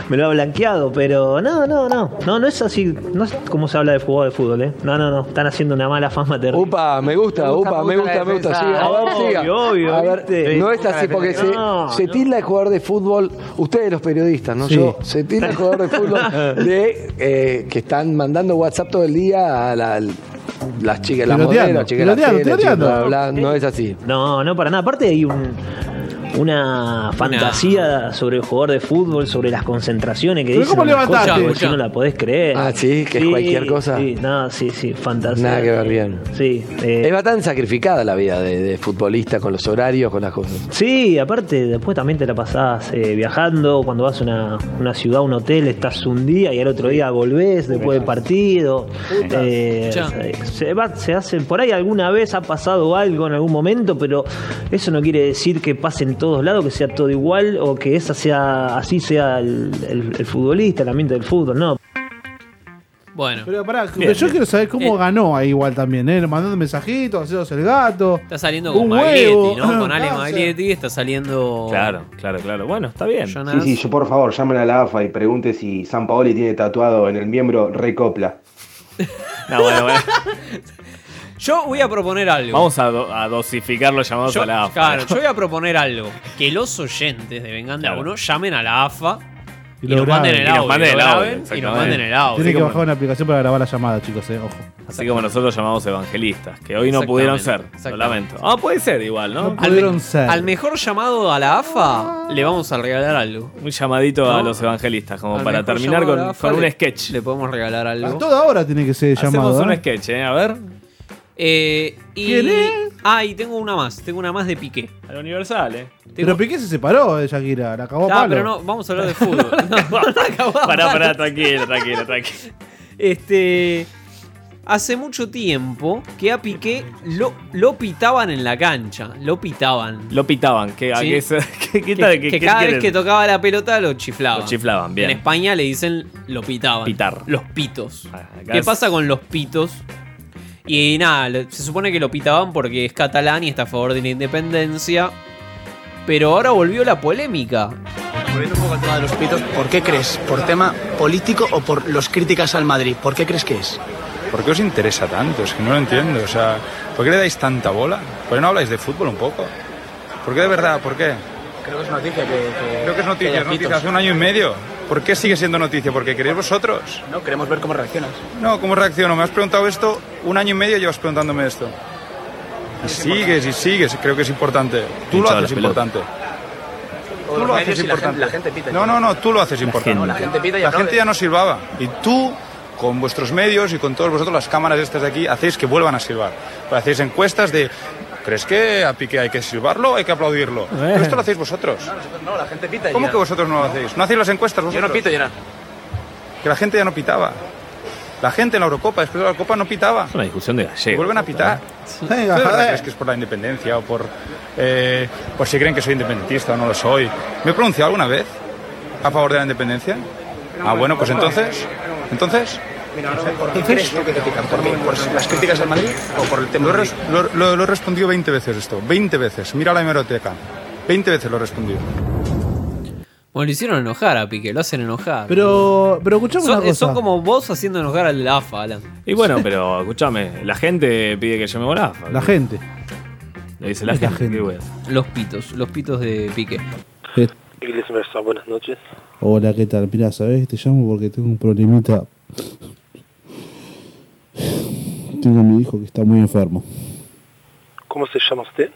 [SPEAKER 7] me lo ha blanqueado, pero no, no, no. No, no es así, no es como se habla de jugador de fútbol, ¿eh? No, no, no. Están haciendo una mala fama terrible.
[SPEAKER 20] Upa, me gusta, upa, me gusta, me gusta. Siga, siga.
[SPEAKER 7] Obvio, obvio.
[SPEAKER 20] A ver,
[SPEAKER 7] ¿viste?
[SPEAKER 20] no es así porque se,
[SPEAKER 7] No,
[SPEAKER 20] se
[SPEAKER 7] no.
[SPEAKER 20] tilda el jugador de fútbol, ustedes los periodistas, no
[SPEAKER 7] Sí.
[SPEAKER 20] yo, se tilda el jugador de fútbol de eh, que están mandando WhatsApp todo el día a la- las chicas, las
[SPEAKER 7] Tiroteando,
[SPEAKER 20] modelos, las chicas, las
[SPEAKER 7] tiroteando,
[SPEAKER 20] telas, chicas,
[SPEAKER 7] tiroteando.
[SPEAKER 20] bla, bla, no es así.
[SPEAKER 7] No, no, para nada. Aparte hay un- una fantasía sobre el jugador de fútbol, sobre las concentraciones que
[SPEAKER 20] Pero
[SPEAKER 7] dicen.
[SPEAKER 20] ¿cómo
[SPEAKER 7] unas
[SPEAKER 20] levantaste?
[SPEAKER 7] cosas que
[SPEAKER 20] Escuchá,
[SPEAKER 7] no
[SPEAKER 20] escuchá.
[SPEAKER 7] la podés creer.
[SPEAKER 20] Ah, sí, que es cualquier cosa.
[SPEAKER 7] Sí, no, sí, sí, fantasía.
[SPEAKER 20] Nada que ver bien.
[SPEAKER 7] Sí.
[SPEAKER 20] es bastante sacrificada la vida de, de futbolista con los horarios, con las cosas.
[SPEAKER 7] Sí, aparte después también te la pasás eh, viajando, cuando vas a una, una ciudad, a un hotel, estás un día y al otro día volvés después del partido. Eh,
[SPEAKER 15] Ya.
[SPEAKER 7] se- se, va- se hace, por ahí alguna vez ha pasado algo en algún momento, pero eso no quiere decir que pase en todos lados, que sea todo igual o que esa sea así sea el, el- el futbolista, el ambiente del fútbol, no.
[SPEAKER 15] Bueno.
[SPEAKER 14] Pero pará,
[SPEAKER 7] Bien,
[SPEAKER 14] yo
[SPEAKER 7] bien.
[SPEAKER 14] quiero saber cómo
[SPEAKER 15] Eh.
[SPEAKER 14] ganó ahí igual también, ¿eh? Mandando mensajitos, haciéndose el gato.
[SPEAKER 15] Está saliendo
[SPEAKER 14] Un
[SPEAKER 15] con Maglietti,
[SPEAKER 14] huevo.
[SPEAKER 15] ¿no? Con Ale
[SPEAKER 14] Ah, sí.
[SPEAKER 15] Maglietti está saliendo.
[SPEAKER 16] Claro, claro, claro. Bueno, está bien.
[SPEAKER 12] Sí, sí, yo por favor, llamen a la AFA y pregunte si San Paoli tiene tatuado en el miembro Recopla.
[SPEAKER 15] Yo voy a proponer algo.
[SPEAKER 16] Vamos a, do- a dosificar los llamados
[SPEAKER 15] Yo-
[SPEAKER 16] a la AFA.
[SPEAKER 15] Claro, yo voy a proponer algo. Que los oyentes de Vengan de a Uno llamen a la AFA y,
[SPEAKER 14] lo
[SPEAKER 15] nos manden
[SPEAKER 16] graben.
[SPEAKER 15] el
[SPEAKER 16] Y nos
[SPEAKER 15] audio.
[SPEAKER 16] manden
[SPEAKER 15] lo
[SPEAKER 16] el audio,
[SPEAKER 15] graben y nos
[SPEAKER 16] exactamente.
[SPEAKER 15] manden el audio.
[SPEAKER 14] Tiene que
[SPEAKER 16] como-
[SPEAKER 14] bajar una aplicación para grabar la llamada, chicos, eh. Ojo.
[SPEAKER 16] Así como nosotros llamamos evangelistas, que hoy no
[SPEAKER 15] Exactamente,
[SPEAKER 16] pudieron ser. Lo
[SPEAKER 15] exactamente.
[SPEAKER 16] lamento. Ah, puede ser igual, ¿no?
[SPEAKER 15] Al, me- al mejor llamado a la AFA le vamos a regalar algo.
[SPEAKER 16] Un llamadito a
[SPEAKER 15] ¿No?
[SPEAKER 16] los evangelistas, como
[SPEAKER 15] Al
[SPEAKER 16] para
[SPEAKER 15] mejor
[SPEAKER 16] terminar
[SPEAKER 15] llamado a la
[SPEAKER 16] con,
[SPEAKER 15] AFA
[SPEAKER 16] con un
[SPEAKER 15] le-
[SPEAKER 16] sketch.
[SPEAKER 15] Le podemos regalar
[SPEAKER 14] A
[SPEAKER 15] algo.
[SPEAKER 14] toda hora tiene que ser
[SPEAKER 16] Hacemos
[SPEAKER 14] llamado.
[SPEAKER 16] un
[SPEAKER 14] ¿eh?
[SPEAKER 16] sketch, ¿eh? A ver.
[SPEAKER 15] Eh, y,
[SPEAKER 14] ¿Quién es?
[SPEAKER 15] Ah, y tengo una más. Tengo una más de Piqué.
[SPEAKER 16] Al Universal, ¿eh?
[SPEAKER 14] Pero Piqué se separó de Shakira, la acabó a
[SPEAKER 15] Ah,
[SPEAKER 14] palo.
[SPEAKER 15] pero no, vamos a hablar de fútbol. No,
[SPEAKER 16] Pará, pará, tranquilo, tranquilo, tranquilo.
[SPEAKER 15] Este. Hace mucho tiempo que a Piqué lo, lo pitaban en la cancha. Lo pitaban.
[SPEAKER 16] Lo pitaban, que, a
[SPEAKER 15] Sí.
[SPEAKER 16] que se- que- que-
[SPEAKER 15] Que,
[SPEAKER 16] que-
[SPEAKER 15] que
[SPEAKER 16] que-
[SPEAKER 15] cada
[SPEAKER 16] que-
[SPEAKER 15] vez que tocaba la pelota lo chiflaban.
[SPEAKER 16] Lo chiflaban, bien.
[SPEAKER 15] En España le dicen lo pitaban.
[SPEAKER 16] Pitar.
[SPEAKER 15] Los pitos.
[SPEAKER 16] acá
[SPEAKER 15] ¿Qué
[SPEAKER 16] es-
[SPEAKER 15] pasa con los pitos? Y nada, lo- se supone que lo pitaban porque es catalán y está a favor de la independencia. Pero ahora volvió la polémica.
[SPEAKER 9] Volviendo un poco al tema de los pitos, ¿por qué crees? ¿Por tema político o por las críticas al Madrid? ¿Por qué crees que es?
[SPEAKER 8] ¿Por qué os interesa tanto? Es que no lo entiendo. O sea, ¿por qué le dais tanta bola? ¿Por qué no habláis de fútbol un poco? ¿Por qué de verdad? ¿Por qué?
[SPEAKER 9] Creo que es noticia que...
[SPEAKER 8] Creo que es noticia, es noticia hace un año y medio. ¿Por qué sigue siendo noticia? ¿Porque queréis vosotros?
[SPEAKER 9] No, queremos ver cómo reaccionas.
[SPEAKER 8] No, ¿cómo reacciono? Me has preguntado esto, un año y medio llevas preguntándome esto. Y sigues y sigues, creo que es importante. Tú lo Hinchado haces las pelotas. importante.
[SPEAKER 9] O
[SPEAKER 8] Tú
[SPEAKER 9] los
[SPEAKER 8] lo haces
[SPEAKER 9] medios y la
[SPEAKER 8] importante.
[SPEAKER 9] gente, la gente pita.
[SPEAKER 8] No, no, no, tú lo haces importante.
[SPEAKER 9] No, la gente pita y
[SPEAKER 8] La
[SPEAKER 9] aplaude.
[SPEAKER 8] gente ya no silbaba. Y tú, con vuestros medios y con todos vosotros, las cámaras estas de aquí, hacéis que vuelvan a silbar. Pero hacéis encuestas de, ¿crees que a Piqué hay que silbarlo o hay que aplaudirlo?
[SPEAKER 9] Eh.
[SPEAKER 8] Pero esto lo hacéis vosotros.
[SPEAKER 9] No, la gente pita y
[SPEAKER 8] ¿Cómo
[SPEAKER 9] ya.
[SPEAKER 8] que vosotros no lo hacéis? ¿No hacéis las encuestas
[SPEAKER 9] Yo
[SPEAKER 8] vosotros?
[SPEAKER 9] no pito, yo no.
[SPEAKER 8] Que la gente ya no pitaba. La gente en la Eurocopa, después de la Eurocopa, no pitaba.
[SPEAKER 16] Es una discusión de gallego.
[SPEAKER 8] Vuelven a pitar. ¿Ustedes de verdad crees que es por la independencia o por, eh, por si creen que soy independentista o no lo soy? ¿Me he pronunciado alguna vez a favor de la independencia? Ah, bueno, pues entonces. ¿Entonces?
[SPEAKER 9] Mira, ahora, ¿por qué crees tú que te pitan? ¿Por mí? ¿Por las críticas al Madrid o por el tema
[SPEAKER 8] Lo he,
[SPEAKER 9] del
[SPEAKER 8] res- lo- lo- lo he respondido 20 veces esto. 20 veces. Mira la hemeroteca. 20 veces lo he respondido.
[SPEAKER 15] Bueno, lo hicieron enojar a Piqué, lo hacen enojar.
[SPEAKER 14] Pero, pero escuchame
[SPEAKER 15] son, eh,
[SPEAKER 14] una cosa.
[SPEAKER 15] son como vos haciendo enojar al AFA, Alan.
[SPEAKER 16] Y bueno, pero escúchame, la gente pide que llame a AFA.
[SPEAKER 14] La gente.
[SPEAKER 16] Le dice la,
[SPEAKER 14] La
[SPEAKER 16] gente.
[SPEAKER 14] gente.
[SPEAKER 16] ¿qué voy a hacer?
[SPEAKER 15] Los pitos, los pitos de Piqué.
[SPEAKER 31] buenas noches.
[SPEAKER 14] Hola, ¿qué tal? Mirá, ¿sabés? Te llamo porque tengo un problemita. Tengo a mi hijo que está muy enfermo.
[SPEAKER 31] ¿Cómo se llama usted?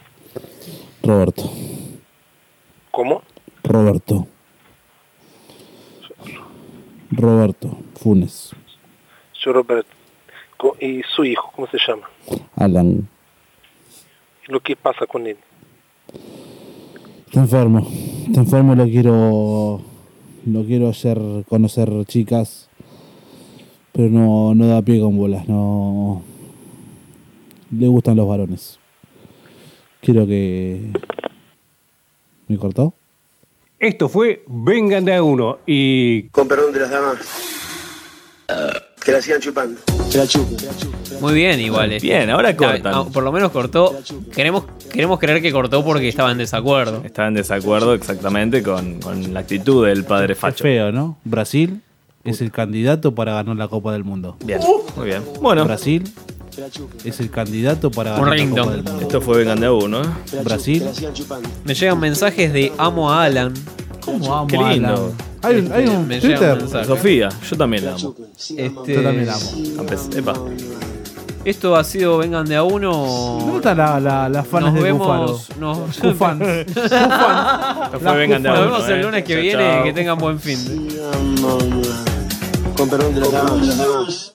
[SPEAKER 14] Roberto.
[SPEAKER 31] ¿Cómo?
[SPEAKER 14] Roberto. Roberto Funes.
[SPEAKER 31] Yo Robert. Co- ¿Y su hijo? ¿Cómo se llama?
[SPEAKER 14] Alan.
[SPEAKER 31] ¿Lo que pasa con él?
[SPEAKER 14] Está enfermo. Este enfermo lo quiero. Lo quiero hacer conocer chicas. Pero no, no da pie con bolas, no. Le gustan los varones. Quiero que. ¿Me cortó?
[SPEAKER 4] Esto fue Vengan de a uno y.
[SPEAKER 12] Con perdón de las damas. Que la sigan chupando. Que la chupen.
[SPEAKER 15] Muy bien, igual. eh.
[SPEAKER 12] Bien, ahora
[SPEAKER 15] Está-
[SPEAKER 12] cortan.
[SPEAKER 15] no, por lo menos cortó. Queremos, queremos creer que cortó porque estaba en desacuerdo.
[SPEAKER 16] Estaba en desacuerdo exactamente con, con la actitud del padre Facho.
[SPEAKER 14] Feo, ¿no? Brasil es el candidato para ganar la Copa del Mundo.
[SPEAKER 16] Bien,
[SPEAKER 15] Uh.
[SPEAKER 16] muy bien. Bueno.
[SPEAKER 14] Brasil es el candidato para
[SPEAKER 15] Un
[SPEAKER 14] ganar la
[SPEAKER 15] ringtone.
[SPEAKER 14] Copa del Mundo.
[SPEAKER 16] Esto fue Vengan de a uno, ¿eh?
[SPEAKER 14] Brasil.
[SPEAKER 15] Me llegan mensajes de amo a Alan. ¿Cómo amo
[SPEAKER 16] Qué lindo.
[SPEAKER 14] Hay un- hay un
[SPEAKER 15] Me llegan
[SPEAKER 14] Twitter.
[SPEAKER 15] mensajes.
[SPEAKER 16] Sofía, yo también la amo.
[SPEAKER 15] Este,
[SPEAKER 14] Yo también la amo.
[SPEAKER 16] Empe- Epa.
[SPEAKER 15] Esto ha sido Vengan de a uno.
[SPEAKER 14] ¿Dónde están la, la, las fans
[SPEAKER 15] Nos
[SPEAKER 14] de Cufaro?
[SPEAKER 15] vemos. Nos,
[SPEAKER 14] Cufans.
[SPEAKER 15] Nos
[SPEAKER 14] Esto fue Vengan de a uno,
[SPEAKER 15] vemos el
[SPEAKER 14] eh.
[SPEAKER 15] lunes que
[SPEAKER 14] Chao,
[SPEAKER 15] viene.
[SPEAKER 14] chao.
[SPEAKER 15] Que tengan buen fin.
[SPEAKER 12] Con perdón de las damas.